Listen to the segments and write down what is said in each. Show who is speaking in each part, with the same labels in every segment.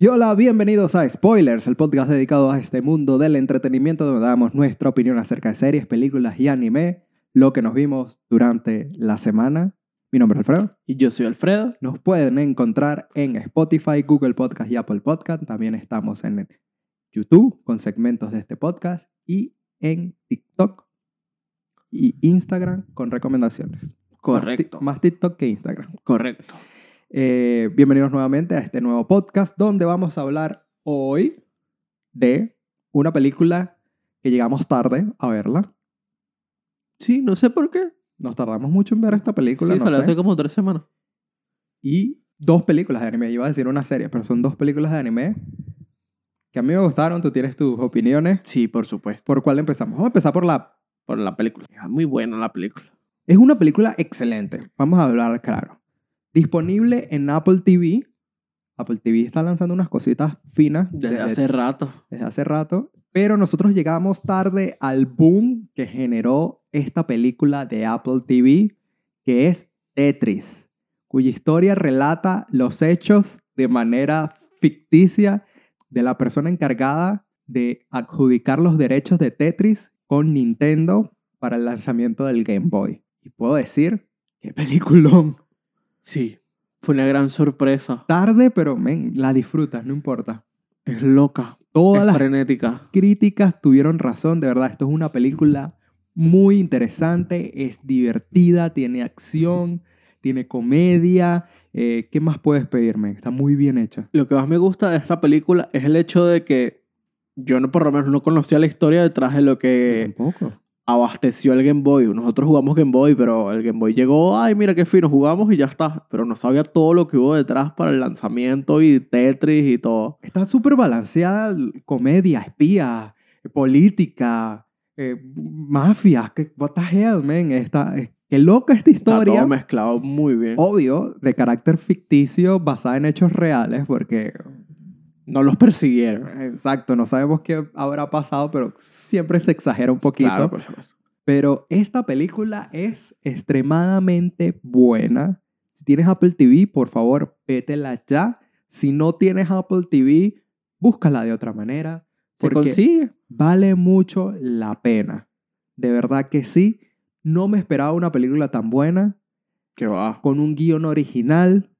Speaker 1: Y hola, bienvenidos a Spoilers, el podcast dedicado a este mundo del entretenimiento donde damos nuestra opinión acerca de series, películas y anime, lo que nos vimos durante la semana. Mi nombre es Alfredo.
Speaker 2: Y yo soy Alfredo.
Speaker 1: Nos pueden encontrar en Spotify, Google Podcast y Apple Podcast. También estamos en YouTube con segmentos de este podcast y en TikTok y Instagram con recomendaciones.
Speaker 2: Correcto.
Speaker 1: Más, ti- más TikTok que Instagram.
Speaker 2: Correcto.
Speaker 1: Eh, bienvenidos nuevamente a este nuevo podcast donde vamos a hablar hoy de una película que llegamos tarde a verla.
Speaker 2: Sí, no sé por qué.
Speaker 1: Nos tardamos mucho en ver esta
Speaker 2: Sí,
Speaker 1: película. no
Speaker 2: salió
Speaker 1: sé.
Speaker 2: hace como tres semanas.
Speaker 1: Y dos películas de anime. Iba a decir una serie, pero son dos películas de anime que a mí me gustaron. Tú tienes tus opiniones.
Speaker 2: Sí, por supuesto.
Speaker 1: ¿Por cuál empezamos? Vamos a empezar por la...
Speaker 2: Por la película. Ah, Muy buena la película.
Speaker 1: Es una película excelente. Vamos a hablar claro. Disponible en Apple TV. Apple TV está lanzando unas cositas finas
Speaker 2: Desde hace rato.
Speaker 1: desde hace rato, pero nosotros llegamos tarde al boom que generó esta película de Apple TV, que es Tetris, cuya historia relata los hechos de manera ficticia de la persona encargada de adjudicar los derechos de Tetris con Nintendo para el lanzamiento del Game Boy. Y puedo decir, qué peliculón.
Speaker 2: Sí. Fue una gran sorpresa.
Speaker 1: Tarde, pero men, la disfrutas, no importa.
Speaker 2: Es loca.
Speaker 1: Todas
Speaker 2: es
Speaker 1: las
Speaker 2: frenética.
Speaker 1: críticas tuvieron razón, de verdad, esto es una película muy interesante, es divertida, tiene acción, tiene comedia, eh, ¿qué más puedes pedirme? Está muy bien hecha.
Speaker 2: Lo que más me gusta de esta película es el hecho de que yo no, por lo menos no conocía la historia detrás de lo que
Speaker 1: Tampoco.
Speaker 2: abasteció el Game Boy. Nosotros jugamos Game Boy, pero el Game Boy llegó, ay, mira qué fino, jugamos y ya está. Pero no sabía todo lo que hubo detrás para el lanzamiento y Tetris y todo.
Speaker 1: Está súper balanceada, l- comedia, espía, eh, política, eh, mafia, ¿qué, what the hell, man? Está, eh, qué loca esta
Speaker 2: Está
Speaker 1: historia.
Speaker 2: todo mezclado muy bien.
Speaker 1: Obvio, de carácter ficticio, basada en hechos reales, porque
Speaker 2: No los persiguieron.
Speaker 1: Exacto, no sabemos qué habrá pasado, pero siempre se exagera un poquito.
Speaker 2: Claro, pues. por supuesto.
Speaker 1: Pero esta película es extremadamente buena. Si tienes Apple TV, por favor, vétela ya. Si no tienes Apple TV, búscala de otra manera.
Speaker 2: Se
Speaker 1: Porque-
Speaker 2: consigue.
Speaker 1: Vale mucho la pena. De verdad que sí. No me esperaba una película tan buena,
Speaker 2: Que va.
Speaker 1: con un guión original,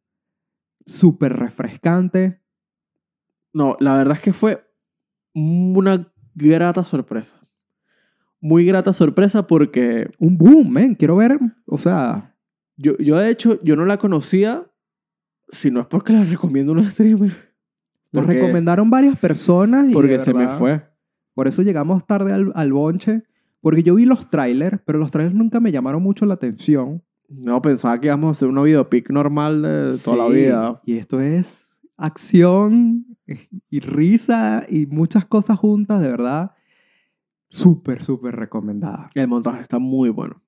Speaker 1: súper refrescante.
Speaker 2: No, la verdad es que fue una grata sorpresa. Muy grata sorpresa porque
Speaker 1: Un boom, man. Quiero ver, o sea,
Speaker 2: yo, yo de hecho, yo no la conocía si no es porque la recomiendo a un streamer.
Speaker 1: Lo
Speaker 2: Porque-
Speaker 1: recomendaron varias personas. Y de
Speaker 2: Porque se me
Speaker 1: verdad,
Speaker 2: fue.
Speaker 1: Por eso llegamos tarde al, al bonche. Porque yo vi los trailers, pero los trailers nunca me llamaron mucho la atención.
Speaker 2: No, pensaba que íbamos a hacer una videopic normal de toda la
Speaker 1: Sí,
Speaker 2: vida.
Speaker 1: Y esto es acción y risa y muchas cosas juntas, de verdad. Súper, súper recomendada.
Speaker 2: El montaje está muy bueno.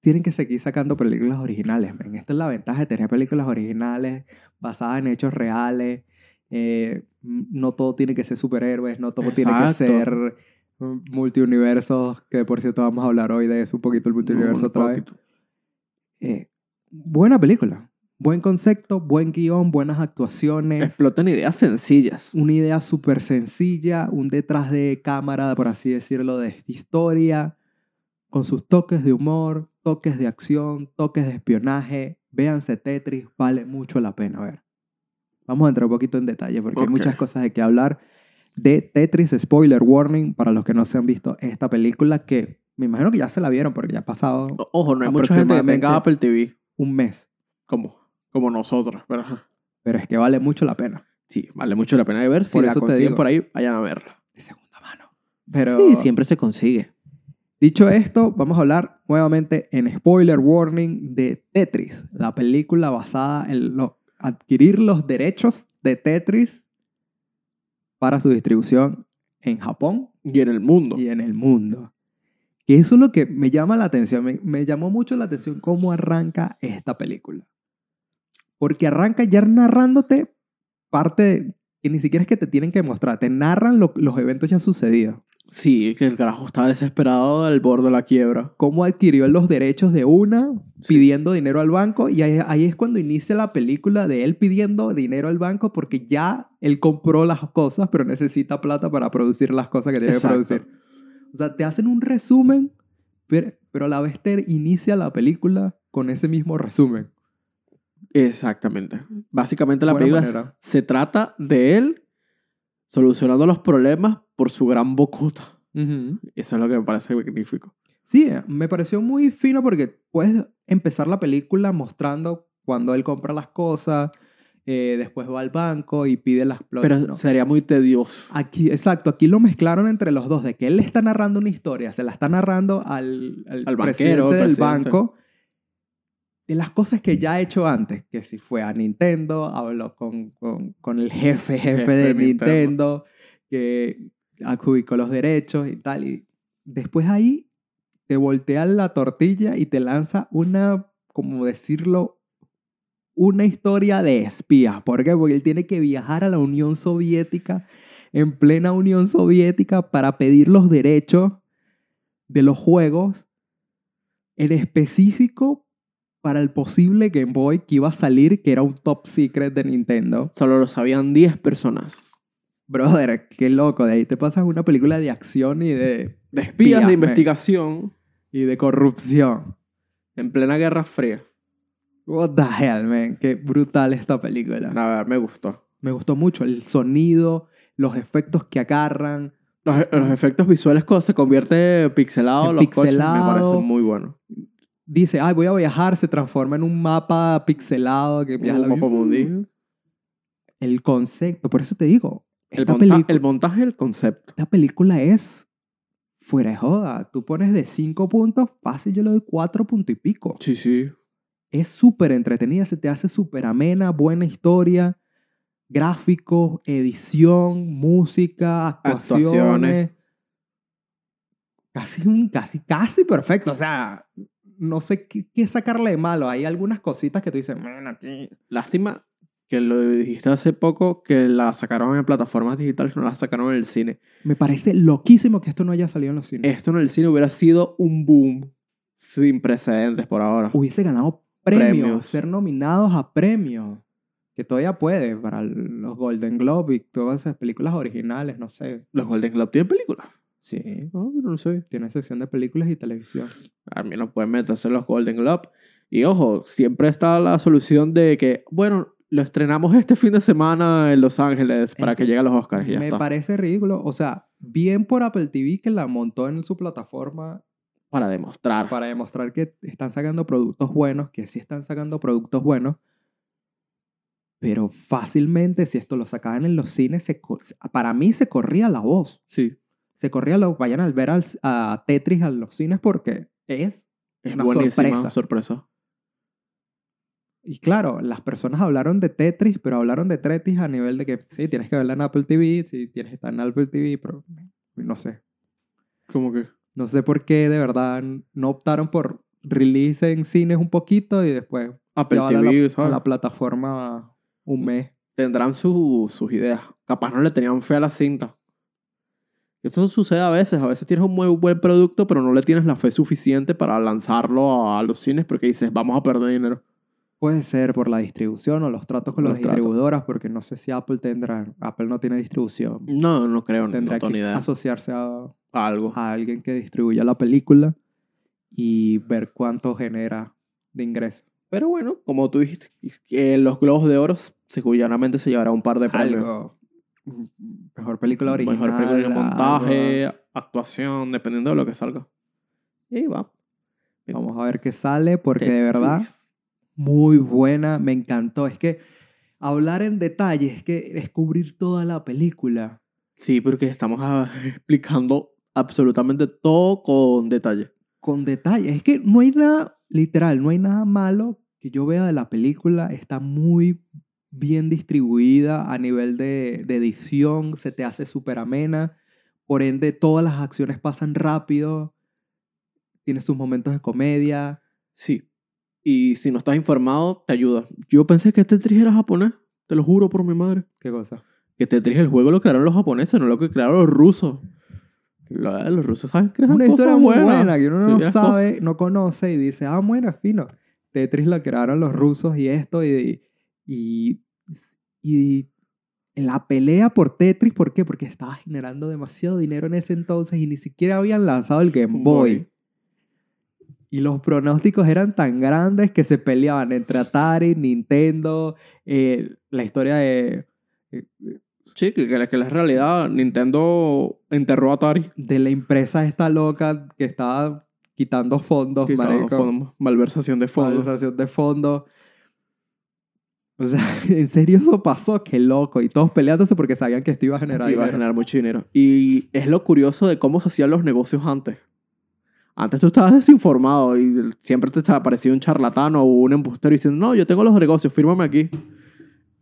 Speaker 1: Tienen que seguir sacando películas originales, men. Esta es la ventaja de tener películas originales basadas en hechos reales. Eh, m- no todo tiene que ser superhéroes, no todo tiene que
Speaker 2: Exacto.
Speaker 1: ser mm, multiuniversos, que por cierto vamos a hablar hoy de eso un poquito el multiuniverso
Speaker 2: Un
Speaker 1: otra vez.
Speaker 2: poquito.
Speaker 1: Eh, buena película, buen concepto, buen guión, buenas actuaciones,
Speaker 2: Explotan ideas sencillas.
Speaker 1: una idea súper sencilla, un detrás de cámara, por así decirlo, de esta historia, con sus toques de humor, toques de acción, toques de espionaje. Véanse Tetris, vale mucho la pena A ver. Vamos a entrar un poquito en detalle porque
Speaker 2: Ok.
Speaker 1: hay muchas cosas de que hablar de Tetris, spoiler warning, para los que no se han visto esta película, que me imagino que ya se la vieron porque ya ha pasado
Speaker 2: Ojo, no hay mucha gente que
Speaker 1: Aproximadamente.
Speaker 2: tenga Apple TV.
Speaker 1: un mes,
Speaker 2: Como, como nosotros, pero... ajá.
Speaker 1: pero es que vale mucho la pena.
Speaker 2: Sí, vale mucho la pena de ver. Si
Speaker 1: Por
Speaker 2: la
Speaker 1: eso te
Speaker 2: consiguen
Speaker 1: digo.
Speaker 2: por ahí, vayan a verla.
Speaker 1: De segunda mano. Pero
Speaker 2: se consigue.
Speaker 1: Dicho esto, vamos a hablar nuevamente en spoiler warning de Tetris, la película basada en lo- adquirir los derechos de Tetris para su distribución en Japón
Speaker 2: Y en el mundo.
Speaker 1: y en el mundo. Que eso es lo que me llama la atención, me, me llamó mucho la atención cómo arranca esta película. Porque arranca ya narrándote parte de- que ni siquiera es que te tienen que mostrar, te narran lo- los eventos ya sucedidos.
Speaker 2: Sí, que el carajo está desesperado al borde de la quiebra.
Speaker 1: cómo adquirió los derechos de una pidiendo dinero al banco y ahí, ahí es cuando inicia la película de él pidiendo dinero al banco porque ya él compró las cosas pero necesita plata para producir las cosas que tiene
Speaker 2: Exacto.
Speaker 1: que producir. O sea, te hacen un resumen, pero, pero a la vez te inicia la película con ese mismo resumen.
Speaker 2: Exactamente. Básicamente la
Speaker 1: Buena
Speaker 2: película
Speaker 1: manera.
Speaker 2: se trata de él solucionando los problemas por su gran bocota.
Speaker 1: Ujú.
Speaker 2: Eso es lo que me parece magnífico.
Speaker 1: Sí, eh, me pareció muy fino porque puedes empezar la película mostrando cuando él compra las cosas, eh, después va al banco y pide las plotas.
Speaker 2: Pero sería muy tedioso.
Speaker 1: Aquí, exacto, aquí lo mezclaron entre los dos, de que él le está narrando una historia, se la está narrando al,
Speaker 2: Al
Speaker 1: presidente
Speaker 2: banquero, al
Speaker 1: del
Speaker 2: presidente.
Speaker 1: banco, de las cosas que ya ha hecho antes, que si fue a Nintendo, habló con, con- con el jefe, jefe,
Speaker 2: Jefe
Speaker 1: de
Speaker 2: de
Speaker 1: Nintendo, que adjudicó los derechos y tal, y después ahí te voltea la tortilla y te lanza una, como decirlo, una historia de espías. ¿Por qué? Porque él tiene que viajar a la Unión Soviética, en plena Unión Soviética, para pedir los derechos de los juegos, en específico para el posible Game Boy que iba a salir, que era un top secret de Nintendo.
Speaker 2: Solo lo sabían 10 personas.
Speaker 1: Brother, qué loco, de ahí te pasas una película de acción y de,
Speaker 2: De espías
Speaker 1: Espíame.
Speaker 2: de investigación
Speaker 1: y de corrupción.
Speaker 2: en plena Guerra Fría.
Speaker 1: What the hell, man, qué brutal esta película.
Speaker 2: La verdad, me gustó.
Speaker 1: Me gustó mucho el sonido, los efectos que agarran.
Speaker 2: Los, los efectos visuales cuando se convierte pixelado,
Speaker 1: En
Speaker 2: los coches me
Speaker 1: pixelado.
Speaker 2: parecen muy buenos.
Speaker 1: Dice, ay, voy a viajar, se transforma en un mapa pixelado que viaja
Speaker 2: Un
Speaker 1: a la-
Speaker 2: mapa mundi.
Speaker 1: El concepto, por eso te digo,
Speaker 2: El,
Speaker 1: esta,
Speaker 2: monta-
Speaker 1: película,
Speaker 2: el montaje, el concepto.
Speaker 1: esta película es fuera de joda. Tú pones de 5 puntos, fácil yo le doy 4 puntos y pico.
Speaker 2: Sí, sí.
Speaker 1: Es súper entretenida, se te hace súper amena, buena historia, gráficos, edición, música, actuaciones.
Speaker 2: Actuaciones.
Speaker 1: Casi, un- casi, casi perfecto. O sea, no sé qué, qué sacarle de malo. Hay algunas cositas que tú dices, bueno, aquí.
Speaker 2: Lástima que lo dijiste hace poco que la sacaron en plataformas digitales, no la sacaron en el cine.
Speaker 1: Me parece loquísimo que esto no haya salido en los cines.
Speaker 2: Esto en el cine hubiera sido un boom sin precedentes por ahora.
Speaker 1: Hubiese ganado premios,
Speaker 2: Premios.
Speaker 1: ser nominados a premios. Que todavía puede para los Golden Globe y todas esas películas originales, no sé.
Speaker 2: Los Golden Globe tienen películas.
Speaker 1: Sí.
Speaker 2: No, yo no sé.
Speaker 1: Tiene sección de películas y televisión.
Speaker 2: A mí no pueden meterse en los Golden Globe. Y ojo, siempre está la solución de que, bueno, lo estrenamos este fin de semana en Los Ángeles para
Speaker 1: Es
Speaker 2: que
Speaker 1: que
Speaker 2: llegue a los Oscars. y ya
Speaker 1: Este Me
Speaker 2: está.
Speaker 1: parece ridículo. O sea, bien por Apple TV que la montó en su plataforma
Speaker 2: para demostrar.
Speaker 1: para demostrar que están sacando productos buenos, que sí están sacando productos buenos. Pero fácilmente, si esto lo sacaban en los cines, se co- para mí se corría la voz.
Speaker 2: Sí.
Speaker 1: Se corría la voz. Vayan a ver al- a Tetris a los cines porque es
Speaker 2: Es
Speaker 1: Una
Speaker 2: una sorpresa.
Speaker 1: sorpresa.
Speaker 2: sorpresa.
Speaker 1: Y claro, las personas hablaron de Tetris, pero hablaron de Tetris a nivel de que sí, tienes que verla en Apple TV, sí, tienes que estar en Apple TV, pero no sé.
Speaker 2: Como que.
Speaker 1: No sé por qué de verdad n- no optaron por release en cines un poquito y después
Speaker 2: Apple
Speaker 1: llevarla a la-
Speaker 2: TV,
Speaker 1: a la,
Speaker 2: ¿sabes?
Speaker 1: plataforma un mes.
Speaker 2: Tendrán su- sus ideas. Capaz no le tenían fe a la cinta. Eso sucede a veces. A veces tienes un muy buen producto, pero no le tienes la fe suficiente para lanzarlo a, a los cines porque dices, vamos a perder dinero.
Speaker 1: Puede ser por la distribución o los tratos con
Speaker 2: Los
Speaker 1: las
Speaker 2: tratos.
Speaker 1: distribuidoras, porque no sé si Apple tendrá. Apple no tiene distribución.
Speaker 2: No, no creo. no
Speaker 1: Tendrá
Speaker 2: tengo ni
Speaker 1: que
Speaker 2: idea.
Speaker 1: asociarse a,
Speaker 2: Algo.
Speaker 1: a alguien que distribuya la película y ver cuánto genera de ingresos.
Speaker 2: Pero bueno, como tú dijiste, que los Globos de Oro seguramente se llevará un par de premios.
Speaker 1: algo. mm, Mejor película original.
Speaker 2: Mejor película,
Speaker 1: algo.
Speaker 2: montaje, actuación, dependiendo de lo que salga. Y ahí va.
Speaker 1: Vamos a ver qué sale, porque
Speaker 2: Te-
Speaker 1: de verdad,
Speaker 2: Luis.
Speaker 1: muy buena, me encantó. Es que hablar en detalle, es que descubrir toda la película.
Speaker 2: Sí, porque estamos ah, explicando absolutamente todo con detalle.
Speaker 1: con detalle. Es que no hay nada, literal, no hay nada malo que yo vea de la película. Está muy bien distribuida a nivel de, de edición, se te hace súper amena. Por ende, todas las acciones pasan rápido. Tiene sus momentos de comedia.
Speaker 2: Sí. Y si no estás informado, te ayuda. Yo pensé que Tetris era japonés. Te lo juro por mi madre.
Speaker 1: ¿Qué cosa?
Speaker 2: Que Tetris el juego lo crearon los japoneses, no lo que crearon los rusos. Lo- eh, Los rusos saben crear
Speaker 1: una
Speaker 2: cosas
Speaker 1: historia muy
Speaker 2: buenas.
Speaker 1: buena que uno no
Speaker 2: Ideas
Speaker 1: sabe, no conoce y dice, ah, bueno, fino. Tetris la crearon los rusos y esto y, y, y en la pelea por Tetris, ¿por qué? Porque estaba generando demasiado dinero en ese entonces y ni siquiera habían lanzado el Game Boy. Y los pronósticos eran tan grandes que se peleaban entre Atari, Nintendo, eh, la historia de,
Speaker 2: Sí, que, que la, que la realidad. Nintendo enterró a Atari.
Speaker 1: de la empresa esta loca que estaba quitando fondos,
Speaker 2: Quitaba
Speaker 1: marico.
Speaker 2: fondos, malversación de fondos.
Speaker 1: Valorización de fondo. O sea, en serio eso pasó, qué loco. Y todos peleándose porque sabían que esto iba a generar.
Speaker 2: Iba a
Speaker 1: dinero.
Speaker 2: generar mucho dinero. Y es lo curioso de cómo se hacían los negocios antes. Antes tú estabas desinformado y siempre te aparecía un charlatán o un embustero diciendo, no, yo tengo los negocios, fírmame aquí.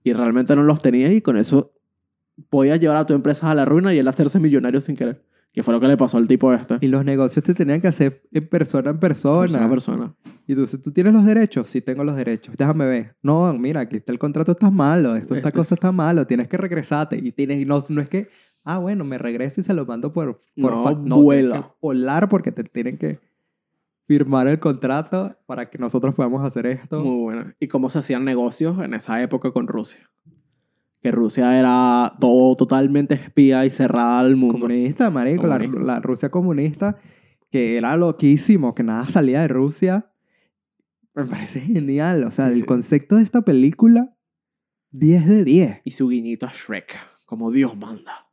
Speaker 2: Y realmente no los tenías y con eso podías llevar a tu empresa a la ruina y él hacerse millonario sin querer. Que fue lo que le pasó al tipo este.
Speaker 1: Y los negocios te tenían que hacer en persona en
Speaker 2: Es
Speaker 1: persona.
Speaker 2: una persona.
Speaker 1: Y tú dices, ¿tú tienes los derechos? Sí, tengo los derechos. Déjame ver. No, mira, aquí está el contrato, está malo. Esto, esta
Speaker 2: Este-
Speaker 1: cosa está malo. Tienes que regresarte. Y tienes, y no, no es que, ah, bueno, me regreso y se lo mando por, por
Speaker 2: No,
Speaker 1: fax.
Speaker 2: vuela.
Speaker 1: tienes que volar porque te tienen que firmar el contrato para que nosotros podamos hacer esto.
Speaker 2: Muy buena. ¿Y cómo se hacían negocios en esa época con Rusia? Que Rusia era todo totalmente espía y cerrada al mundo.
Speaker 1: comunista, marico, la-
Speaker 2: Comunista.
Speaker 1: La, Rusia comunista, que era loquísimo, que nada salía de Rusia. Me parece genial, o sea, el
Speaker 2: Sí.
Speaker 1: concepto de esta película, 10 de 10.
Speaker 2: y su guiñito a Shrek, como Dios manda.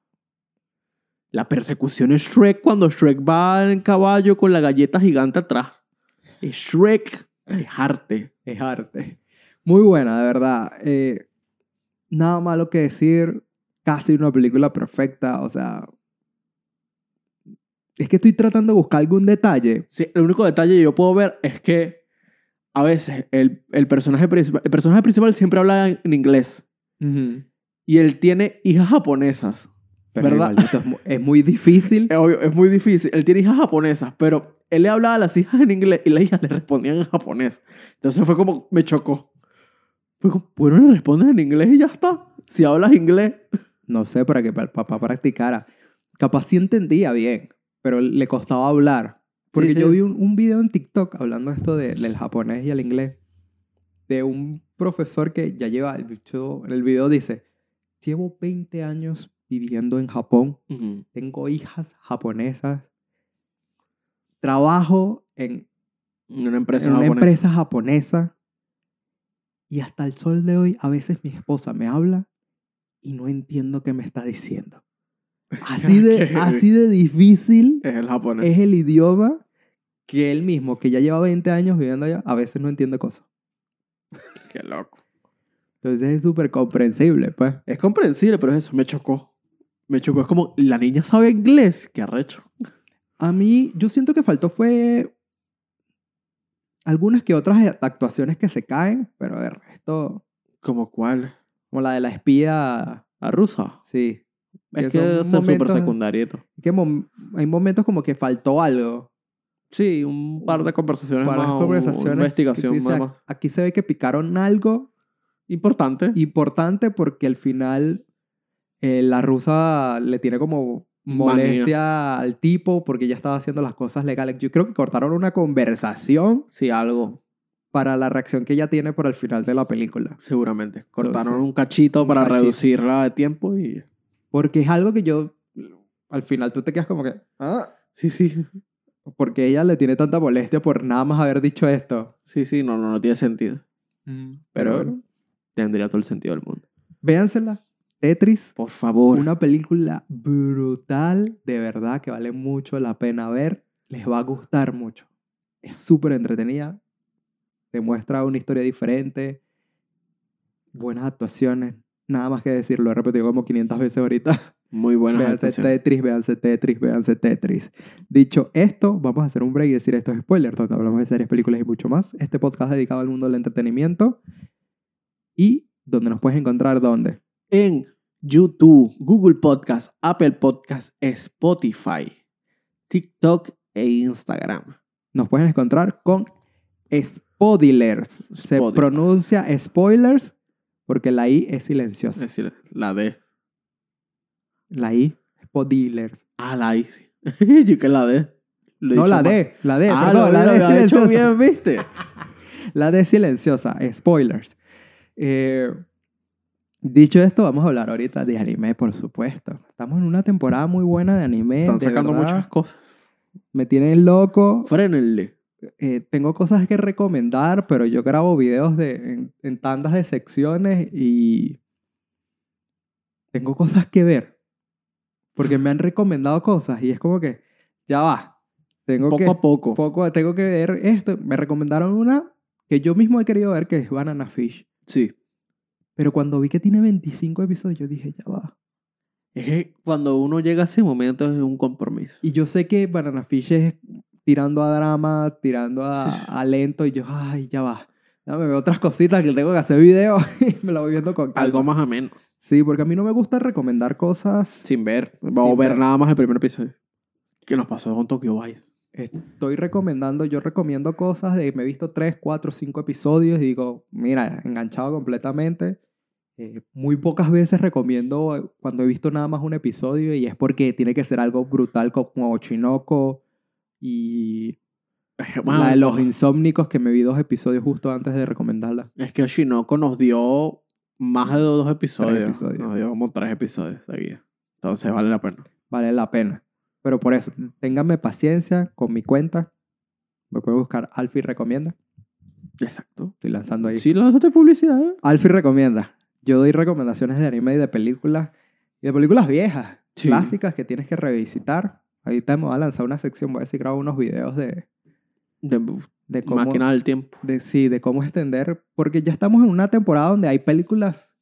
Speaker 2: La persecución es Shrek cuando Shrek va en caballo con la galleta gigante atrás. Es Shrek, es arte.
Speaker 1: Es arte. Muy buena, de verdad. Eh, nada malo que decir, casi una película perfecta, o sea... Es que estoy tratando de buscar algún detalle.
Speaker 2: Sí, el único detalle que yo puedo ver es que a veces el, el personaje, principal- el personaje principal siempre habla en inglés y él tiene hijas japonesas.
Speaker 1: Pero
Speaker 2: ¿Verdad?
Speaker 1: igual, esto es, mu- es muy difícil.
Speaker 2: Es, obvio, es muy difícil. Él tiene hijas japonesas, pero él le hablaba a las hijas en inglés y las hijas le respondían en japonés. Entonces fue como, me chocó. Fue como, bueno, le respondes en inglés y ya está. Si hablas inglés.
Speaker 1: No sé, para que pa- papá practicara. Capaz sí entendía bien, pero le costaba hablar. Porque
Speaker 2: Sí, sí.
Speaker 1: yo vi un, un video en TikTok hablando esto de- del japonés y el inglés. De un profesor que ya lleva, el bicho en el video dice, llevo 20 años viviendo en Japón, tengo hijas japonesas, trabajo en,
Speaker 2: En una empresa
Speaker 1: en una
Speaker 2: japonesa.
Speaker 1: empresa japonesa y hasta el sol de hoy a veces mi esposa me habla y no entiendo qué me está diciendo. Así de,
Speaker 2: Ok.
Speaker 1: así de difícil
Speaker 2: Es el japonés.
Speaker 1: es el idioma que él mismo, que ya lleva 20 años viviendo allá, a veces no entiende cosas.
Speaker 2: Qué loco.
Speaker 1: Entonces es súper comprensible, pues.
Speaker 2: Es comprensible, pero es eso, me chocó. Me chocó. Es como, la niña sabe inglés. Qué arrecho.
Speaker 1: A mí, yo siento que faltó fue algunas que otras actuaciones que se caen, pero de resto,
Speaker 2: ¿Como cuál?
Speaker 1: como la de la espía,
Speaker 2: La rusa.
Speaker 1: sí.
Speaker 2: Es
Speaker 1: son
Speaker 2: que es súper
Speaker 1: momentos-
Speaker 2: secundarieta.
Speaker 1: que mom- hay momentos como que faltó algo.
Speaker 2: Sí, un par de conversaciones
Speaker 1: Para
Speaker 2: más.
Speaker 1: las
Speaker 2: un-
Speaker 1: conversaciones.
Speaker 2: Una investigación
Speaker 1: que tú
Speaker 2: más.
Speaker 1: dices, "Ac- Aquí se ve que picaron algo
Speaker 2: Importante.
Speaker 1: importante porque al final eh, la rusa le tiene como molestia al tipo porque ya estaba haciendo las cosas legales. Yo creo que cortaron una conversación
Speaker 2: Sí, algo.
Speaker 1: para la reacción que ella tiene por el final de la película.
Speaker 2: Seguramente. Cortaron
Speaker 1: Entonces,
Speaker 2: un cachito
Speaker 1: un
Speaker 2: para
Speaker 1: cachito.
Speaker 2: reducirla de tiempo y...
Speaker 1: Porque es algo que yo, al final tú te quedas como que, ah,
Speaker 2: Sí, sí.
Speaker 1: porque ella le tiene tanta molestia por nada más haber dicho esto.
Speaker 2: Sí, sí, no, no, no tiene sentido.
Speaker 1: Pero
Speaker 2: Pero
Speaker 1: bueno,
Speaker 2: Tendría todo el sentido del mundo.
Speaker 1: véansela. Tetris
Speaker 2: Por favor.
Speaker 1: Una película brutal, de verdad, que vale mucho la pena ver. Les va a gustar mucho. Es súper entretenida. Te muestra una historia diferente. Buenas actuaciones. Nada más que decir, lo he repetido como 500 veces ahorita.
Speaker 2: Muy buena
Speaker 1: Véanse Tetris, véanse Tetris, véanse Tetris. Dicho esto, vamos a hacer un break y decir estos spoilers, donde hablamos de series, películas y mucho más. Este podcast dedicado al mundo del entretenimiento. Y donde nos puedes encontrar, ¿dónde?
Speaker 2: En YouTube, Google Podcast, Apple Podcast, Spotify, TikTok e Instagram.
Speaker 1: nos pueden encontrar con Spoilers. Se
Speaker 2: Spoilers.
Speaker 1: pronuncia spoilers porque la I es
Speaker 2: Es
Speaker 1: silenciosa.
Speaker 2: decir, la de...
Speaker 1: La I, Spoilers.
Speaker 2: Ah, la I, sí. Yo que la D. Lo he
Speaker 1: No,
Speaker 2: dicho
Speaker 1: la
Speaker 2: mal.
Speaker 1: D, la D,
Speaker 2: Ah,
Speaker 1: perdón,
Speaker 2: lo-
Speaker 1: la
Speaker 2: lo-
Speaker 1: D
Speaker 2: lo he hecho
Speaker 1: silenciosa.
Speaker 2: bien, ¿viste?
Speaker 1: La D silenciosa, spoilers. Eh, dicho esto, vamos a hablar ahorita de anime, por supuesto. Estamos en una temporada muy buena de anime.
Speaker 2: Están
Speaker 1: de
Speaker 2: sacando
Speaker 1: verdad.
Speaker 2: muchas cosas.
Speaker 1: Me tienen loco.
Speaker 2: Frenenle.
Speaker 1: Eh, tengo cosas que recomendar, pero yo grabo videos de, en, en tandas de secciones y tengo cosas que ver. Porque me han recomendado cosas y es como que, ya va. Tengo
Speaker 2: Poco
Speaker 1: que,
Speaker 2: a poco.
Speaker 1: poco- tengo que ver esto. Me recomendaron una que yo mismo he querido ver, que es Banana Fish.
Speaker 2: Sí.
Speaker 1: Pero cuando vi que tiene 25 episodios, yo dije, ya va.
Speaker 2: Es que cuando uno llega a ese momento es un compromiso.
Speaker 1: Y yo sé que Banana Fish es tirando a drama, tirando a,
Speaker 2: Sí, sí.
Speaker 1: a lento, y yo, ay, ya va. Dame otras cositas que tengo que hacer video y me la voy viendo con calma.
Speaker 2: Algo más ameno.
Speaker 1: Sí, porque a mí no me gusta recomendar cosas.
Speaker 2: Sin ver.
Speaker 1: Sin
Speaker 2: Vamos a ver
Speaker 1: ver.
Speaker 2: nada más el primer episodio. ¿Qué nos pasó con Tokyo Vice?
Speaker 1: Estoy recomendando, yo recomiendo cosas de me he visto 3, 4, 5 episodios y digo, mira, enganchado completamente. Eh, muy pocas veces recomiendo eh, cuando he visto nada más un episodio y es porque tiene que ser algo brutal como Chinoco y la de los insómnicos que me vi dos episodios justo antes de recomendarla.
Speaker 2: Es que Oshinoko nos dio más de dos episodios.
Speaker 1: episodios.
Speaker 2: Nos dio como tres episodios seguidos. Entonces vale la pena.
Speaker 1: Vale la pena. Pero por eso, ténganme paciencia con mi cuenta. Me pueden buscar Alfie Recomienda.
Speaker 2: Exacto.
Speaker 1: Estoy lanzando ahí.
Speaker 2: Sí, lanzaste publicidad, ¿eh?
Speaker 1: Alfie recomienda. Yo doy recomendaciones de anime y de películas. Y de películas viejas,
Speaker 2: Sí.
Speaker 1: clásicas que tienes que revisitar. Ahorita me voy a lanzar una sección, voy a decir grabo unos videos de,
Speaker 2: De
Speaker 1: de cómo.
Speaker 2: máquina del tiempo.
Speaker 1: de- sí, de cómo extender. Porque ya estamos en una temporada donde hay películas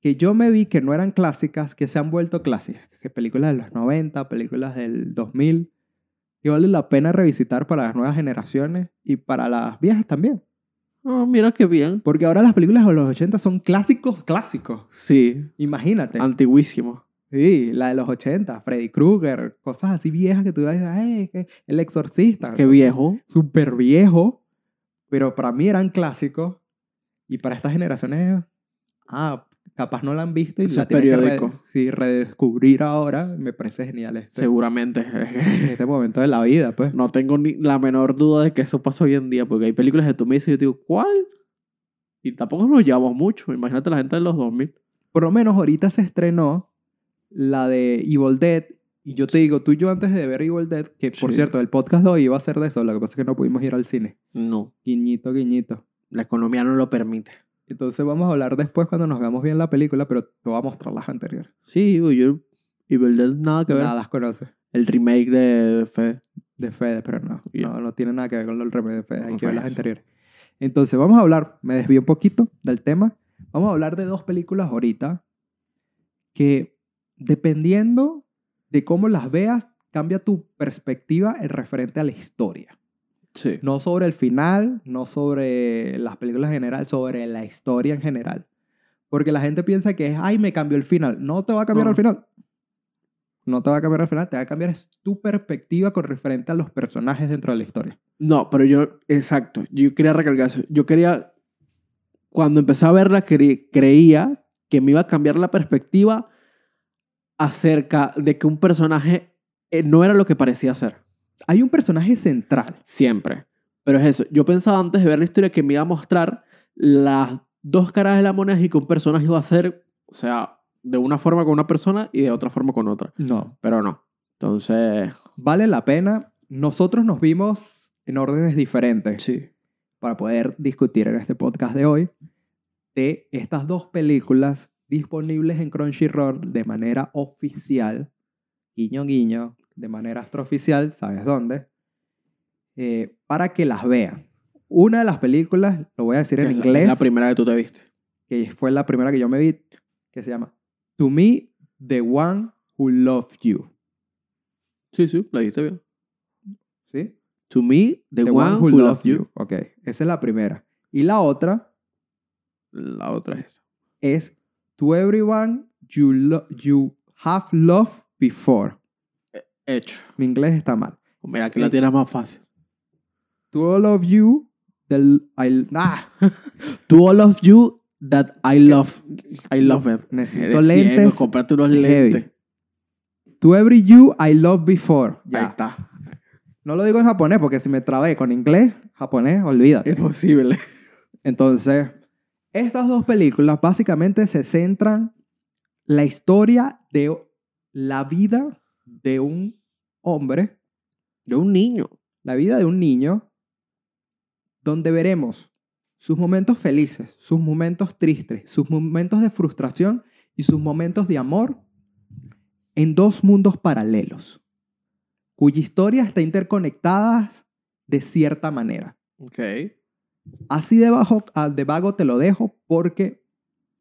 Speaker 1: que yo me vi que no eran clásicas, que se han vuelto clásicas. Que películas de los 90, películas del 2000, que vale la pena revisitar para las nuevas generaciones y para las viejas también.
Speaker 2: Ah, mira qué bien.
Speaker 1: Porque ahora las películas de los 80 son clásicos, clásicos.
Speaker 2: Sí,
Speaker 1: Imagínate.
Speaker 2: antiguísimo.
Speaker 1: Sí, la de los 80, Freddy Krueger, cosas así viejas que tú dices, "Ay, que- el exorcista.
Speaker 2: Qué
Speaker 1: son
Speaker 2: viejo.
Speaker 1: Súper viejo, pero para mí eran clásicos. Y para estas generaciones, ah, capaz no la han visto y
Speaker 2: Eso
Speaker 1: la
Speaker 2: es
Speaker 1: tienen que re-
Speaker 2: periódico.
Speaker 1: sí, redescubrir ahora. Me parece genial este,
Speaker 2: Seguramente.
Speaker 1: este momento de la vida, pues.
Speaker 2: No tengo ni la menor duda de que eso pasa hoy en día, porque hay películas que tú me dices y yo te digo, ¿cuál? Y tampoco nos llevamos mucho. Imagínate la gente de los 2000.
Speaker 1: Por lo menos ahorita se estrenó la de Evil Dead. Y yo te digo, tú y yo antes de ver Evil Dead, que por
Speaker 2: Sí.
Speaker 1: cierto, el podcast de hoy iba a ser de eso, lo que pasa es que no pudimos ir al cine.
Speaker 2: No,
Speaker 1: Guiñito, guiñito.
Speaker 2: la economía no lo permite.
Speaker 1: Entonces vamos a hablar después cuando nos veamos bien la película, pero te voy a mostrar las anteriores.
Speaker 2: Sí, güey, yo. Y verdad, nada que ver.
Speaker 1: Nada las conoces.
Speaker 2: El remake de Fe.
Speaker 1: De Fede, pero no,
Speaker 2: Ya.
Speaker 1: no. No tiene nada que ver con el remedio de Fede. Hay
Speaker 2: No,
Speaker 1: que ver las
Speaker 2: payaso.
Speaker 1: anteriores. Entonces vamos a hablar, me desvío un poquito del tema. Vamos a hablar de dos películas ahorita que dependiendo de cómo las veas, cambia tu perspectiva en referente a la historia.
Speaker 2: Sí.
Speaker 1: No sobre el final, no sobre las películas en general, sobre la historia en general. Porque la gente piensa que es, ay, me cambió el final. No te va a cambiar
Speaker 2: No.
Speaker 1: el final. No te va a cambiar el final, te va a cambiar es tu perspectiva con referente a los personajes dentro de la historia.
Speaker 2: No, pero yo, exacto, yo quería recalcar eso. Yo quería, cuando empecé a verla, cre- creía que me iba a cambiar la perspectiva acerca de que un personaje eh, no era lo que parecía ser,
Speaker 1: Hay un personaje central.
Speaker 2: siempre. Pero es eso, yo pensaba antes de ver la historia que me iba a mostrar las dos caras de la moneda y que un personaje iba a ser, o sea, de una forma con una persona y de otra forma con otra.
Speaker 1: No.
Speaker 2: Pero no. Entonces,
Speaker 1: Vale la pena. Nosotros nos vimos en órdenes diferentes
Speaker 2: sí.
Speaker 1: para poder discutir en este podcast de hoy de estas dos películas disponibles en Crunchyroll de manera oficial, guiño guiño, de manera extraoficial, ¿sabes dónde? Eh, para que las vean. Una de las películas, lo voy a decir en
Speaker 2: Es la- es
Speaker 1: inglés,
Speaker 2: La, primera que tú te viste.
Speaker 1: que fue la primera que yo me vi, que se llama To Me, The One Who Loved You.
Speaker 2: Sí, sí, la viste bien.
Speaker 1: ¿Sí?
Speaker 2: To me, the,
Speaker 1: The
Speaker 2: one, who loved you.
Speaker 1: Ok, esa es la primera. Y la otra
Speaker 2: La otra es esa.
Speaker 1: es To Everyone You, lo- you Have Loved Before.
Speaker 2: Hecho. Pues
Speaker 1: Mi inglés está mal.
Speaker 2: Mira, que
Speaker 1: Sí.
Speaker 2: la tienes más fácil.
Speaker 1: To All of You. del I, ah,
Speaker 2: To all of you that I love. I love it.
Speaker 1: necesito
Speaker 2: Eres ciego,
Speaker 1: lentes.
Speaker 2: Comprate unos
Speaker 1: heavy.
Speaker 2: lentes.
Speaker 1: To every you I love before. Ya.
Speaker 2: Ahí está.
Speaker 1: No lo digo en japonés porque si me trabé con inglés, japonés, olvídate.
Speaker 2: Imposible.
Speaker 1: Entonces, estas dos películas básicamente se centran la historia de la vida de un hombre,
Speaker 2: De un niño.
Speaker 1: la vida de un niño, donde veremos sus momentos felices, sus momentos tristes, sus momentos de frustración y sus momentos de amor en dos mundos paralelos, cuya historia está interconectada de cierta manera.
Speaker 2: Ok.
Speaker 1: Así de, bajo, ah, de vago te lo dejo porque